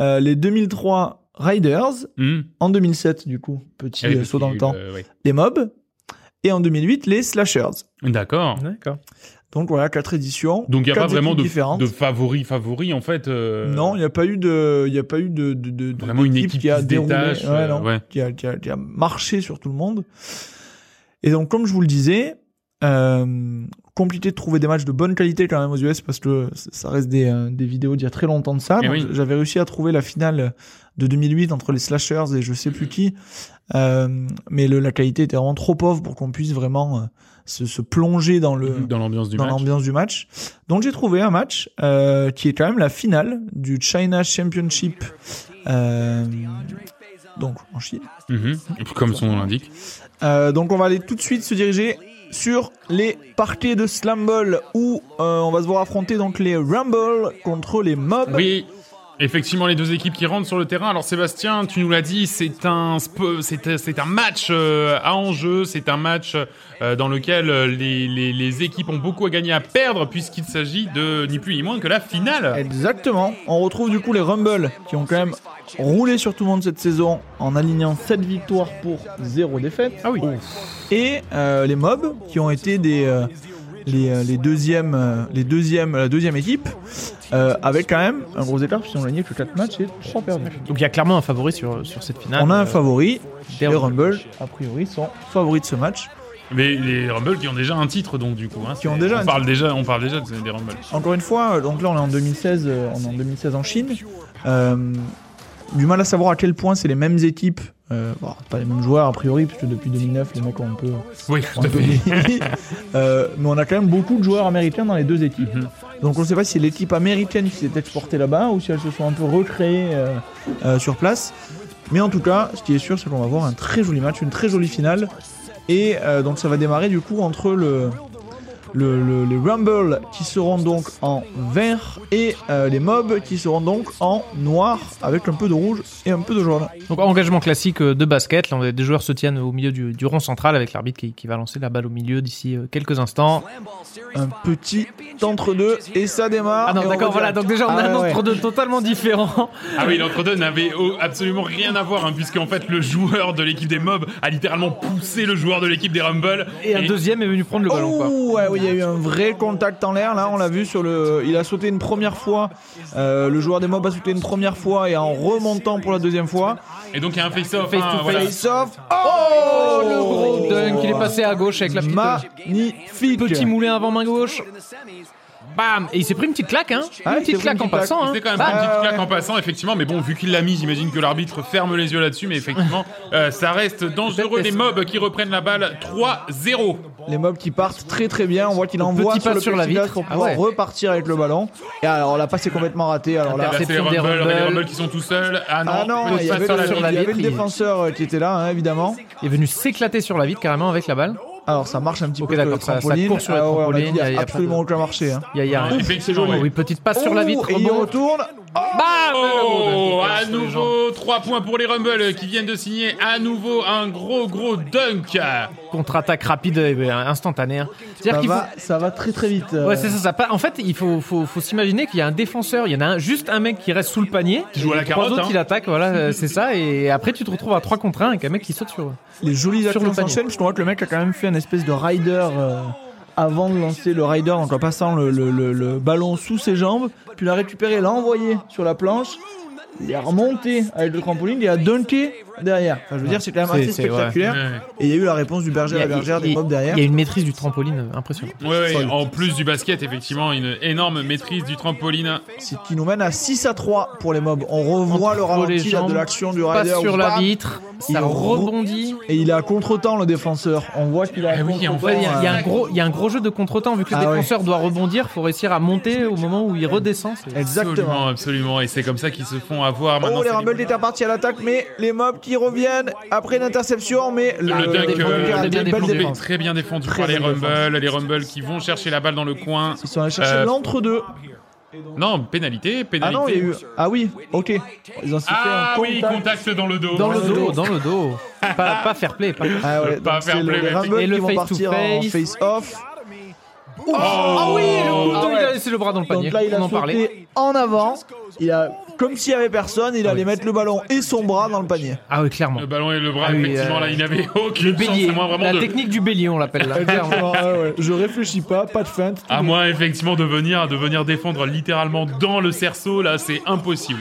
S1: euh, les 2003 Riders,
S3: Hmm.
S1: en 2007 du coup, petit
S3: Ah oui,
S1: euh,
S3: parce
S1: saut dans
S3: qu'il
S1: le
S3: y a
S1: temps,
S3: eu, euh, ouais.
S1: les Mobs, et en 2008 les Slashers.
S3: D'accord.
S4: D'accord.
S1: Donc voilà, quatre éditions.
S3: Donc il y a
S1: quatre
S3: pas vraiment
S1: équipes
S3: de,
S1: différentes.
S3: de favori favori en fait. euh,
S1: Non, il n'y a pas eu de, il y a pas eu de, de, de- de-
S3: vraiment une
S1: d'équipe
S3: équipe
S1: qui a
S3: se
S1: déroulé,
S3: détache.
S1: ouais,
S3: euh,
S1: non,
S3: ouais.
S1: qui, a, qui a- qui a marché sur tout le monde. Et donc, comme je vous le disais, euh, compliqué de trouver des matchs de bonne qualité quand même aux US parce que c- ça reste des, euh, des vidéos d'il y a très longtemps de ça.
S3: Eh
S1: Donc,
S3: oui.
S1: J'avais réussi à trouver la finale de 2008 entre les Slashers et je sais plus qui, Euh, mais le- la qualité était vraiment trop pauvre pour qu'on puisse vraiment euh, se, se plonger dans le
S3: Dans l'ambiance du
S1: dans
S3: match.
S1: l'ambiance du match. Donc j'ai trouvé un match euh, qui est quand même la finale du China Championship, euh, donc en Chine.
S3: Mhm. Comme son nom l'indique.
S1: Euh, donc on va aller tout de suite se diriger sur les parties de Slam Ball où euh, on va se voir affronter donc les Rumble contre les Mobs.
S3: Oui. Effectivement, les deux équipes qui rentrent sur le terrain. Alors Sébastien, tu nous l'as dit, c'est un sp- c'est un- c'est un match euh, à enjeu, c'est un match euh, dans lequel euh, les, les, les équipes ont beaucoup à gagner à perdre puisqu'il s'agit de ni plus ni moins que la finale.
S1: Exactement. On retrouve du coup les Rumble qui ont quand même roulé sur tout le monde cette saison en alignant 7 victoires pour 0 défaite.
S3: Ah oui.
S1: Et euh, les Mobs qui ont été des, euh, les, euh, les deuxièmes, euh, les deuxièmes, la deuxième équipe euh, avec quand même un gros écart puisqu'ils ont gagné que 4 matchs et 3 perdus.
S4: Donc il y a clairement un favori sur, sur cette finale.
S1: On a
S4: Euh,
S1: un favori. Les
S4: des
S1: Rumble,
S4: Rumble.
S1: a priori, sont favoris de ce match.
S3: Mais les Rumble qui ont déjà un titre donc du coup. hein,
S1: Qui ont
S3: c'est-
S1: déjà un
S3: On parle déjà, on parle déjà de- des Rumble.
S1: Encore une fois, euh, donc là on est en 2016, euh, on est en 2016 en Chine. Euh, du mal à savoir à quel point c'est les mêmes équipes, euh, bon, pas les mêmes joueurs a priori, puisque depuis 2009 les mecs ont un peu,
S3: Oui,
S1: ont
S3: tout
S1: un
S3: à
S1: peu
S3: fait.
S1: vieilli. [laughs] Euh, mais on a quand même beaucoup de joueurs américains dans les deux équipes.
S3: Mhm.
S1: Donc on ne sait pas si c'est l'équipe américaine qui s'est exportée là-bas ou si elles se sont un peu recréées euh, euh, sur place. Mais en tout cas, ce qui est sûr, c'est qu'on va avoir un très joli match, une très jolie finale. Et euh, donc ça va démarrer du coup entre le, le- le- les Rumble qui seront donc en vert et euh, les mobs qui seront donc en noir avec un peu de rouge et un peu de jaune.
S4: Donc engagement classique euh, de basket, là on a des joueurs se tiennent au milieu du, du rond central avec l'arbitre qui, qui va lancer la balle au milieu d'ici euh, quelques instants.
S1: Un petit entre-deux et ça démarre.
S4: Ah
S1: Et
S4: non
S1: on
S4: d'accord
S1: va
S4: voilà
S1: direct.
S4: donc déjà on a
S1: Ah
S4: un
S1: ouais,
S4: entre deux totalement différent.
S3: Ah oui, l'entre-deux n'avait au- absolument rien à voir, hein, puisqu'en fait, le joueur de l'équipe des mobs a littéralement poussé le joueur de l'équipe des Rumble.
S4: Et un deuxième est venu prendre le ballon quoi.
S1: Oh, ouais, oui, il y a eu un vrai contact en l'air. Là, on l'a vu sur le. Il a sauté une première fois. Euh, le joueur des mobs a sauté une première fois et en remontant pour la deuxième fois.
S3: Et donc, il y a un face-off.
S4: Face
S3: hein,
S4: to
S3: voilà.
S1: Face off. Oh,
S4: Le gros dunk il est passé à gauche avec la petite euh,
S1: Magnifique.
S4: petit moulin avant main gauche. Bam et il s'est pris une petite claque hein.
S1: Ah, il
S4: une petite
S1: s'est pris
S4: claque
S1: une
S4: en
S1: petite claque.
S4: passant hein.
S3: C'est quand même
S4: Bam.
S3: pas une petite
S1: Euh, ouais,
S3: claque
S1: ouais.
S3: en passant, effectivement, mais bon, vu qu'il l'a mise, j'imagine que l'arbitre ferme les yeux là-dessus,
S1: [laughs]
S3: mais effectivement, euh, ça reste dangereux. Les mobs qui reprennent la balle 3-0.
S1: Les mobs qui partent très très bien. On voit qu'il envoie
S4: petit
S1: sur
S4: pas
S1: le
S4: sur
S1: petit
S4: la vitre.
S1: casque pour
S4: Ah
S1: pouvoir
S4: ouais.
S1: repartir avec le ballon. Et alors là, passe est complètement raté. Alors là.
S4: Interception.
S3: Là, c'est les
S4: des
S3: Rumble, les
S4: Rumble
S3: Rumble qui sont tout seuls. Ah non,
S1: Ah non,
S3: petit
S1: il y
S3: pas
S1: avait,
S3: sur la
S1: le,
S4: sur la
S3: ligne.
S1: il y avait
S4: vitre,
S1: le
S4: il-
S1: défenseur euh, qui était là, hein, évidemment.
S4: Il est venu s'éclater sur la vitre carrément avec la balle.
S1: Alors ça marche un petit
S4: Ok,
S1: peu sur le
S4: d'accord, ça- ça
S1: trampoline.
S4: court sur le
S1: Ah ouais, on a dit,
S4: trampoline,
S1: il n'y
S4: il y
S1: a,
S4: a
S1: absolument
S4: pas de-
S1: aucun marché. hein.
S4: Il y a, il y a
S3: Ouais,
S4: un...
S3: effectivement, ouais.
S4: Oui, petite passe sur la
S1: Oh,
S4: vitre.
S1: Et il
S4: rebond.
S1: retourne.
S4: Bam
S3: Oh,
S4: Le
S3: à
S4: rebond.
S3: nouveau 3 points pour les Rumble euh, qui viennent de signer à nouveau un gros gros dunk.
S4: Contre-attaque rapide, et bien instantanée. hein. C'est-à-dire
S1: Ah, Ça
S4: qu'il faut...
S1: va, ça va très très vite. euh.
S4: Ouais, c'est ça, ça. pa- En fait, il faut, faut, faut s'imaginer qu'il y a un défenseur, il y en a un, juste un mec qui reste sous le panier.
S3: Qui joue à la
S4: et trois
S3: carotte,
S4: autres,
S3: hein.
S4: il attaque, voilà, euh, c'est ça. Et après, tu te retrouves à 3 contre 1 avec un mec qui saute sur eux.
S1: les jolies
S4: Sur
S1: actions
S4: le panier.
S1: s'enchaînent, parce qu'on voit que le mec a quand même fait un espèce de rider euh, avant de lancer le rider, donc en passant le, le- le- le ballon sous ses jambes, puis l'a récupéré, l'a envoyé sur la planche, il a remonté avec le trampoline, il a dunké derrière. Enfin, je veux dire, c'est quand même
S4: C'est-
S1: assez
S4: c'est-
S1: spectaculaire.
S3: Ouais.
S1: Et il y a eu la réponse du berger à la bergère, des mobs derrière.
S4: il y a une maîtrise du trampoline euh, impressionnante.
S3: Ouais, ouais, en plus du basket, effectivement, une énorme maîtrise du trampoline.
S1: C'est qui nous mène à 6 à 3 pour les mobs. On revoit Oh, le
S4: Entre les
S1: ralenti là,
S4: jambes,
S1: de l'action du
S4: Passe
S1: rider.
S4: sur
S1: ou
S4: la
S1: pas.
S4: vitre,
S1: Il
S4: ça rebondit.
S1: Et il est à contre-temps, le défenseur. On voit qu'il a
S3: Eh oui, en
S4: Ouais, Il y, a- il y a
S1: euh,
S4: un gros- il y a un gros jeu de contre-temps, vu que le
S1: Ah ouais.
S4: défenseur doit rebondir, faut réussir à monter au moment où il redescend. c'est-
S1: Exactement.
S3: Absolument, absolument. Et c'est comme ça qu'ils se font avoir maintenant.
S1: Oh, les
S3: c'est
S1: Rumble étaient partis à l'attaque, mais les mobs qui reviennent après une interception, mais
S3: Le
S1: le-
S3: dunk,
S1: le-
S3: euh,
S1: le-
S4: très
S1: le-
S4: bien
S1: belle
S4: défendu.
S1: défense.
S3: Très bien défendu
S1: Très
S3: par les
S1: bonne
S3: Rumble, les Rumble qui vont chercher la balle dans le coin.
S1: Ils sont allés chercher
S3: Euh,
S1: l'entre-deux.
S3: Non, pénalité,
S1: Ah
S3: pénalité.
S1: non, il y a eu. Ah oui, ok. Ils ont sifflé
S3: Ah
S1: un
S3: oui,
S1: contact.
S3: contact dans le dos.
S4: Dans le
S1: Dans le
S4: dos,
S1: dos.
S4: dans le
S3: [laughs]
S4: dos. Pas, pas fair play. Pas...
S1: Ah ouais,
S3: Pas
S1: donc c'est
S3: fair
S1: le-
S3: play,
S1: les
S3: mais-
S1: Rumble
S4: Et le
S1: qui vont
S4: face to
S1: partir en
S4: face.
S1: face-off. Oh,
S4: Ah oui, le coup de
S1: Ah
S4: dos, il a
S1: ouais.
S4: laissé le bras dans le panier.
S1: Donc là, il
S4: on
S1: a
S4: en parlait.
S1: sauté en avant. Il a, comme s'il n'y avait personne, il allait mettre le ballon et son bras dans le panier.
S4: Ah oui, clairement.
S3: Le ballon et le bras,
S4: Ah oui,
S3: effectivement,
S4: euh,
S3: là, il n'avait aucune chance.
S4: Bélier.
S3: à moins vraiment
S4: La
S3: de-
S4: technique du bélier, on
S1: [laughs]
S4: l'appelle là. clairement.
S1: Je réfléchis pas, pas de feinte.
S3: À moins effectivement de venir, de venir défendre littéralement dans le cerceau, là c'est impossible.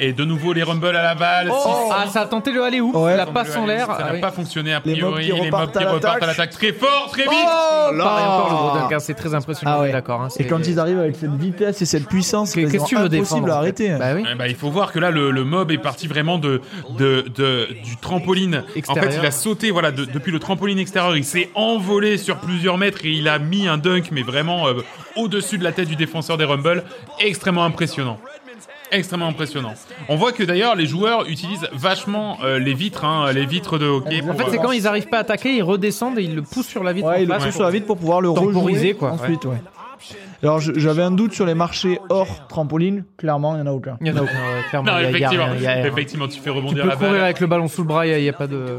S3: Et de nouveau les Rumble à la balle.
S4: Oh, ah, ça a tenté le aller où
S1: Ouais.
S4: La passe en l'air.
S3: Ça n'a
S4: Ah oui.
S3: pas fonctionné a
S1: Les mobs
S3: priori.
S1: qui repartent à l'attaque. Oh
S3: à l'attaque très fort, très vite.
S4: Pareil encore, le gros dunk, hein, c'est très impressionnant.
S1: Ah ouais.
S4: D'accord. hein, c'est-
S1: Et quand ils arrivent avec cette vitesse et cette puissance, c'est
S4: Qu'est-ce que tu veux défendre
S1: impossible à
S4: en fait
S1: arrêter.
S4: Bah oui.
S3: Eh ben, il faut voir que là le, le mob est parti vraiment de, de, de- du trampoline. En
S4: Extérieur.
S3: fait, il a sauté voilà de- depuis le trampoline extérieur. Il s'est envolé sur plusieurs mètres et il a mis un dunk, mais vraiment euh, au-dessus de la tête du défenseur des Rumble. Extrêmement impressionnant. Extrêmement impressionnant. On voit que d'ailleurs les joueurs utilisent vachement euh, les vitres, hein, les vitres de hockey.
S4: En
S3: pour,
S4: fait, c'est
S3: euh,
S4: quand ils arrivent pas à attaquer, ils redescendent et ils le poussent sur la vitre. en
S1: Ouais, il le
S4: face.
S1: pousse sur la vite pour pouvoir le
S4: Temporiser,
S1: rejouer
S4: quoi,
S1: Ensuite, ouais. Alors je- j'avais un doute sur les marchés hors trampoline. Clairement, il n'y en a aucun.
S4: Il y en a aucun, ouais, clairement.
S3: Non,
S4: il y a- il y a
S3: effectivement,
S4: rien, il y a rien.
S3: effectivement, tu fais
S4: Tu
S3: rebondir
S4: peux
S3: la balle.
S4: courir avec le ballon sous le bras, il y a- il y a pas de.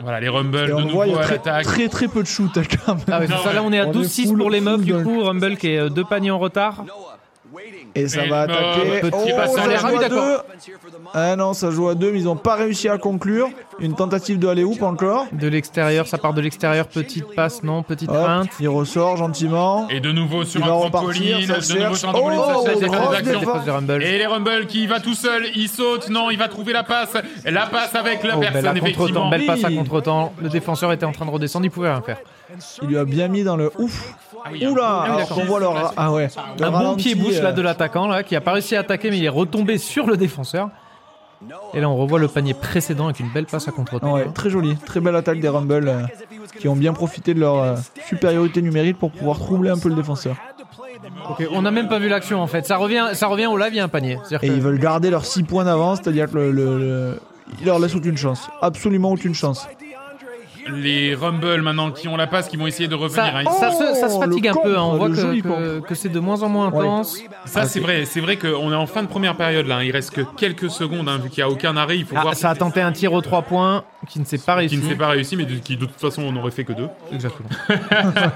S3: Voilà, les Rumble
S1: Et
S3: de
S1: on voit, il y
S3: nouveau
S1: a
S3: à
S1: très,
S3: l'attaque.
S1: très très peu de shoot hein, quand même.
S4: Ah ouais, c'est
S3: Non,
S4: ça,
S3: ouais.
S4: là on est à
S1: On est
S4: 12-6
S1: full-
S4: pour les mobs,
S1: full
S4: du
S1: dunk.
S4: coup Rumble qui est euh, deux paniers en retard.
S1: Et ça
S3: Et
S1: va
S3: le
S1: attaquer.
S3: petit
S1: Oh,
S3: passe en
S1: ça
S4: l'air. Ah
S1: joue
S4: oui,
S1: à deux.
S4: d'accord.
S1: Ah non, ça joue à deux, mais ils n'ont pas réussi à conclure. Une tentative de aller-hoop encore.
S4: De l'extérieur, ça part de l'extérieur, petite passe, non, petite
S1: Hop,
S4: feinte.
S1: il ressort gentiment.
S3: Et de nouveau sur
S1: Il
S3: un
S1: va repartir,
S3: trampoline,
S1: ça
S3: de nouveau
S1: cherche.
S3: sur un trampoline,
S1: Oh,
S3: ça
S4: La
S3: cherche,
S1: grosse
S3: grosse
S4: défense, la
S3: action.
S1: défense.
S4: défense de Rumble.
S3: Et les Rumble qui va tout seul, il saute, non, il va trouver la passe, la passe avec la
S4: Oh, belle, à
S3: personne,
S4: contre-temps,
S3: effectivement.
S4: belle passe à
S1: Oui.
S4: contre-temps. Le défenseur était en train de redescendre, il pouvait rien faire.
S1: Il lui a bien mis dans le ouf. Oula,
S3: oui,
S1: alors
S3: d'accord.
S1: qu'on voit leur ra- ah ouais. le
S4: Un bon
S1: ralenti,
S4: pied-bouche là
S1: euh,
S4: de l'attaquant là qui a pas réussi à attaquer mais il est retombé sur le défenseur. Et là on revoit le panier précédent avec une belle passe à contre-temps.
S1: Ouais, très joli, très belle attaque des Rumble euh, qui ont bien profité de leur euh, supériorité numérique pour pouvoir troubler un peu le défenseur.
S4: Ok, on n'a même pas vu l'action en fait. Ça revient, ça revient au live, il y a un panier. C'est-à-dire
S1: Et
S4: que-
S1: ils veulent garder leurs 6 points d'avance, c'est-à-dire que le, le- le- il leur laisse aucune chance. Absolument aucune chance.
S3: Les Rumble maintenant qui ont la passe, qui vont essayer de revenir.
S4: Ça,
S3: hein.
S1: Oh,
S4: ça se, ça se fatigue un
S1: le
S4: peu, hein. on
S1: contre,
S4: voit
S1: le
S4: que,
S1: joli
S4: que,
S1: contre.
S4: que c'est de moins en moins intense.
S3: Ça, c'est vrai. C'est vrai qu'on est en fin de première période là. hein. Il reste que quelques secondes hein, vu qu'il n'y a aucun arrêt. Il faut
S4: Ah,
S3: voir
S4: ça a tenté un tir aux trois points qui ne s'est pas
S3: qui
S4: réussi.
S3: ne s'est pas réussi, mais de- qui de toute façon on aurait fait que deux.
S4: Exactement.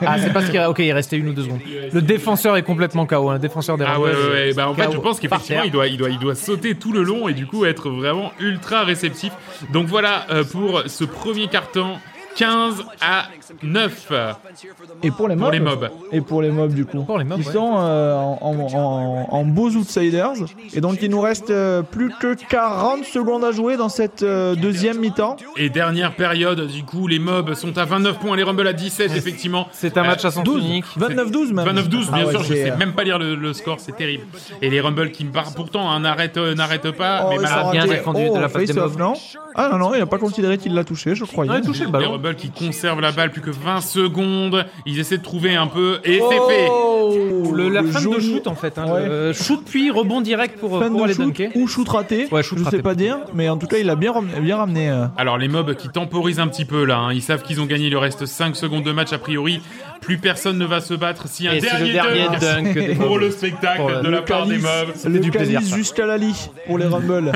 S4: ah, c'est parce qu'il ok, il restait une ou deux secondes. Le défenseur est complètement KO, hein. le défenseur des
S3: Ah ouais,
S4: Rebels,
S3: ouais, ouais.
S4: euh,
S3: Bah, en fait,
S4: KO
S3: je pense qu'effectivement,
S4: par terre.
S3: il doit, il, doit, il doit sauter tout le long et du coup être vraiment ultra réceptif. Donc voilà euh, pour ce premier carton 15 à 9.
S1: Et pour les mobs.
S3: Pour les mobs.
S1: Et pour les mobs du coup.
S4: Pour les mobs,
S1: Ils
S4: ouais.
S1: sont euh, en, en- en- en beaux outsiders. Et donc il nous reste euh, plus que 40 secondes à jouer dans cette euh, deuxième mi-temps.
S3: Et dernière période, du coup, les mobs sont à 29 points, les Rumble à 17, effectivement.
S4: C'est un match à sens
S1: 12,
S4: unique.
S1: 29-12 même. Ah
S3: 29-12, bien
S1: ouais,
S3: sûr, je
S1: c'est,
S3: sais
S1: euh,
S3: même pas lire le, le score, c'est terrible. Et les Rumble qui me barrent pourtant, hein, n'arrête euh, n'arrête pas,
S1: oh,
S3: mais
S1: ils
S3: malade.
S1: sont
S4: bien
S1: ratés.
S4: défendu de
S1: Oh,
S4: la part des
S1: face-off,
S4: mobs.
S1: non Ah non, non, il n'a pas considéré qu'il l'a touché, je croyais.
S4: Non, il touchait le
S3: Les
S4: ballon.
S3: Rumble qui conservent la balle plus que 20 secondes, ils essaient de trouver un peu, et c'est fait.
S1: Oh,
S4: Le, la
S1: le
S4: fin de
S1: joli-
S4: shoot en fait. Hein,
S1: Ouais.
S4: le- euh, shoot puis rebond direct pour, euh,
S1: Fin
S4: pour
S1: de
S4: aller
S1: shoot
S4: dunker.
S1: ou shoot raté,
S4: Ouais, shoot
S1: je
S4: raté.
S1: sais pas dire, mais en tout cas il a bien ramené. Bien ramené euh.
S3: Alors les mobs qui temporisent un petit peu là, hein. ils savent qu'ils ont gagné, il leur reste 5 secondes de match a priori, plus personne ne va se battre si un
S4: Et c'est le
S3: dernier,
S4: dernier
S3: dunk [laughs]
S4: dunk des
S3: pour
S4: Rebels.
S3: le spectacle
S4: Pour le-
S3: de la part des
S1: calice,
S3: mobs.
S1: le
S4: du plaisir,
S1: calice
S4: ça.
S1: jusqu'à la lit pour les
S4: [laughs]
S1: Rumble.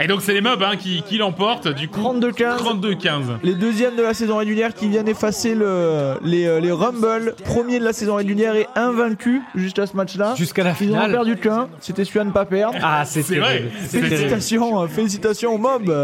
S3: Et donc c'est les mobs hein, qui, qui l'emportent du coup
S1: 32-15.
S3: 32-15.
S1: les deuxièmes de la saison régulière qui viennent effacer le, les, euh, les Rumble, premier de la saison régulière et invaincu jusqu'à ce match-là.
S4: Jusqu'à la
S1: Ils n'en ont
S4: finale.
S1: perdu qu'un, c'était celui à ne pas perdre.
S4: Ah, c'est
S3: C'est vrai,
S4: terrible.
S3: c'est
S4: C'est terrible.
S1: Félicitations, euh, félicitations aux mobs.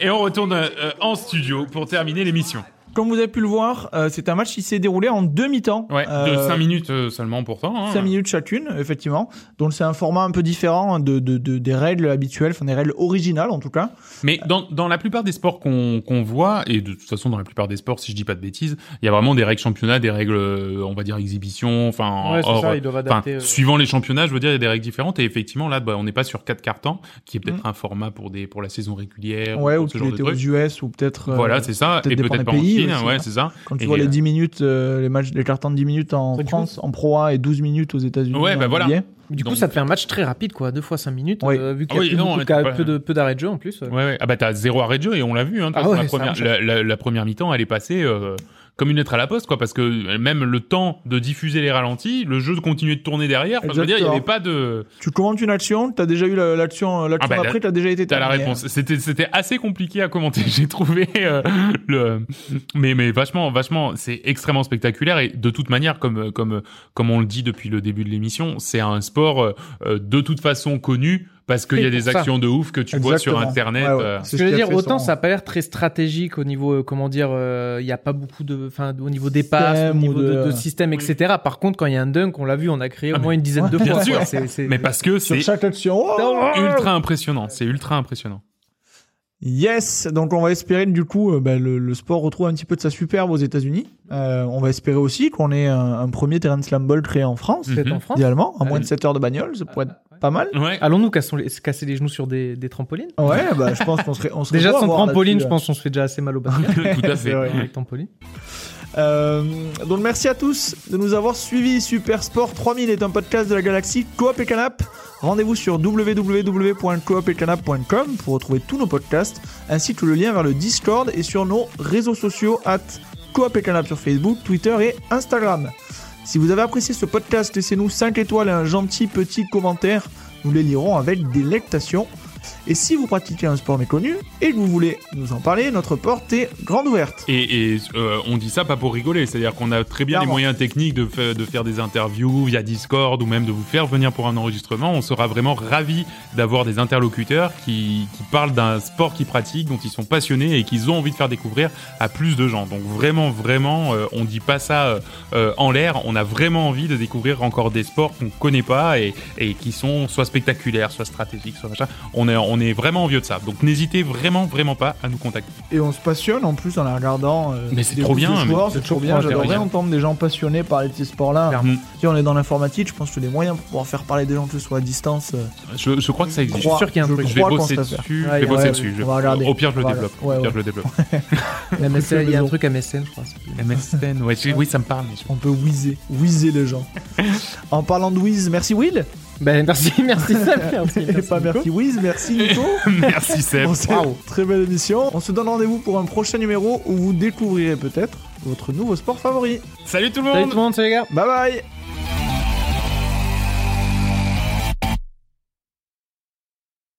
S3: Et on retourne euh, en studio pour terminer l'émission.
S1: Comme vous avez pu le voir, euh, c'est un match qui s'est déroulé en demi-temps.
S3: Ouais, de
S1: Euh,
S3: 5 minutes euh, seulement pourtant. hein.
S1: 5 minutes chacune, effectivement. Donc c'est un format un peu différent hein, de, de- de- des règles habituelles, enfin des règles originales en tout cas.
S3: Mais dans, dans la plupart des sports qu'on qu'on voit, et de toute façon dans la plupart des sports, si je dis pas de bêtises, il y a vraiment des règles championnats, des règles, euh, on va dire, exhibition, enfin,
S4: Ouais, c'est
S3: hors-
S4: ça, ils doivent
S3: enfin,
S4: adapter, euh.
S3: suivant les championnats, je veux dire, il y a des règles différentes. Et effectivement, là, bah, on n'est pas sur quatre cartons, qui est peut-être un format pour, des, pour la saison régulière,
S1: Mm. Ouais,
S3: pour
S1: ou
S3: ce
S1: tu
S3: genre de
S1: étais aux
S3: truc.
S1: US ou peut-être euh,
S3: Voilà, c'est ça.
S1: peut-être
S3: et
S1: dépend
S3: peut-être
S1: des
S3: pas
S1: pays
S3: en Chine,
S1: aussi,
S3: ouais,
S1: hein.
S3: c'est ça.
S1: quand tu
S3: Et,
S1: vois les
S3: euh,
S1: 10 minutes, euh, les matchs, les cartons de 10 minutes en
S4: Ouais, du
S1: France, en Pro A et 12 minutes aux États-Unis.
S3: Ouais,
S1: en
S3: bah voilà.
S1: NBA.
S4: Du coup,
S3: Donc-
S4: ça te fait un match très rapide, quoi. Deux fois 5 minutes,
S1: Oui.
S4: euh, vu qu'il y
S3: Ah
S4: a
S3: Oui,
S4: plus
S3: non,
S4: beaucoup
S3: ouais,
S4: de-
S3: t'as pas-
S4: peu de- peu d'arrêts de jeu en plus.
S3: Ouais, ouais. Ah bah t'as zéro arrêt de jeu et on l'a vu. Hein, de toute
S4: Ah
S3: façon,
S4: ouais,
S3: la,
S4: ça
S3: première,
S4: marche.
S3: la, la- la première mi-temps, elle est passée euh, comme une lettre à la poste, quoi, parce que euh, même le temps de diffuser les ralentis, le jeu continuait de tourner derrière. Enfin, je veux dire, il n'y avait pas de.
S1: Tu commentes une action, t'as déjà eu la- l'action, euh, l'action
S3: Ah bah,
S1: d'après, t'as déjà été. hein.
S3: T'as la
S1: terminée.
S3: réponse. C'était c'était assez compliqué à commenter. [laughs] J'ai trouvé euh, le mais mais vachement vachement c'est extrêmement spectaculaire et de toute manière comme euh, comme comme on le dit depuis le début de l'émission c'est un sport euh, euh, de toute façon connu parce qu'il y a
S4: Oui,
S3: des
S4: pour ça.
S3: actions de ouf que tu vois sur
S1: Exactement.
S3: internet.
S1: Ouais, ouais.
S3: euh,
S1: C'est
S4: Ce que je veux
S1: qui a
S4: dire,
S1: fait
S4: autant
S1: son-
S4: ça n'a pas l'air très stratégique au niveau, euh, comment dire, euh, il y n'y a pas beaucoup de, enfin, au niveau des passes, au
S1: Système
S4: niveau
S1: ou
S4: de,
S1: de-
S4: de système, etc. Par contre, quand il y a un dunk, on l'a vu, on a créé au
S3: Ah,
S4: moins une dizaine de
S1: Ouais.
S4: fois.
S3: Bien sûr.
S4: quoi. C'est- c'est- [laughs]
S3: Mais parce que
S1: sur
S3: c'est
S1: chaque action. Oh
S3: ultra impressionnant. C'est ultra impressionnant.
S1: Yes, donc on va espérer que, du coup euh, bah, le, le sport retrouve un petit peu de sa superbe aux États-Unis. Euh, on va espérer aussi qu'on ait un, un premier terrain de slam ball créé en France,
S4: peut-être
S3: Mhm.
S4: en France.
S1: idéalement, à moins de
S3: oui.
S1: 7 heures de bagnole,
S4: ah,
S1: ça pourrait être pas
S4: [laughs]
S1: mal.
S3: Ouais.
S4: Allons-nous cassons les- se casser les genoux sur des, des trampolines
S1: Ouais, bah je pense qu'on serait, on serait
S4: Déjà
S1: beau à
S4: sans
S1: voir
S4: trampoline, je
S1: là-dessus, euh,
S4: pense qu'on se fait déjà assez mal au basket.
S3: [laughs] Tout
S1: [laughs]
S3: à
S1: C'est
S3: fait.
S1: vrai.
S4: avec trampoline.
S1: Euh, donc merci à tous de nous avoir suivis. Super Sport 3000 est un podcast de la galaxie Coop et Canap. Rendez-vous sur www.coopetcanap.com pour retrouver tous nos podcasts ainsi que le lien vers le Discord et sur nos réseaux sociaux at Coop et Canap sur Facebook, Twitter et Instagram. Si vous avez apprécié ce podcast, laissez-nous 5 étoiles et un gentil petit commentaire. Nous les lirons avec délectation. Et si vous pratiquez un sport méconnu et que vous voulez nous en parler, notre porte est grande ouverte.
S3: Et, et, euh, on dit ça pas pour rigoler, c'est-à-dire qu'on a très bien les
S1: Clairement.
S3: moyens techniques de, fa- de faire des interviews via Discord ou même de vous faire venir pour un enregistrement. On sera vraiment ravis d'avoir des interlocuteurs qui, qui parlent d'un sport qu'ils pratiquent, dont ils sont passionnés et qu'ils ont envie de faire découvrir à plus de gens. Donc vraiment, vraiment, euh, on dit pas ça euh, euh, en l'air. On a vraiment envie de découvrir encore des sports qu'on connaît pas et, et qui sont soit spectaculaires, soit stratégiques, soit machin. On, a- est, on est vraiment envieux de ça. Donc n'hésitez vraiment, vraiment pas à nous contacter.
S1: Et on se passionne en plus en la regardant. euh,
S3: Mais c'est
S1: des
S3: trop
S1: routes de
S3: bien, mais
S1: joueurs,
S3: c'est
S1: C'est trop
S3: trop
S1: bien. J'adorerais
S3: intéressant.
S1: entendre des gens passionnés par les petits sports-là.
S4: Clairement.
S1: Si on est dans l'informatique, je pense que les moyens pour pouvoir faire parler des gens, que ce soit à distance,
S3: [laughs]
S1: euh,
S3: Je, je crois que ça
S1: je
S3: existe.
S1: crois-
S4: sûr qu'il y a un
S1: je
S4: truc.
S3: Je vais
S1: crois qu'on
S3: bosser
S1: se la fait.
S3: dessus. Je
S1: Ouais,
S3: vais
S1: ouais,
S3: bosser
S1: ouais,
S3: dessus. Je-
S1: on va regarder.
S3: Au pire, je le
S1: On va
S3: développe. Au
S1: regarder. Ouais,
S3: pire, je le développe.
S4: MSN, il y a un
S1: maison.
S4: truc à MSN, je crois. c'est-
S3: MSN, ouais, je- oui, ça me parle. mais je-
S1: On peut whizzer, whizzer les gens. en parlant de whiz, merci Will.
S4: Ben, merci, [laughs] merci Sam, merci,
S1: Et pas
S4: Nico.
S1: merci whiz, merci Nico.
S3: [laughs] [laughs] Merci Seb.
S1: Bon, c'est
S4: Waouh.
S1: Très belle émission. On se donne rendez-vous pour un prochain numéro où vous découvrirez peut-être votre nouveau sport favori.
S3: Salut tout le
S4: Salut
S3: monde.
S4: tout le monde, salut les gars
S1: Bye bye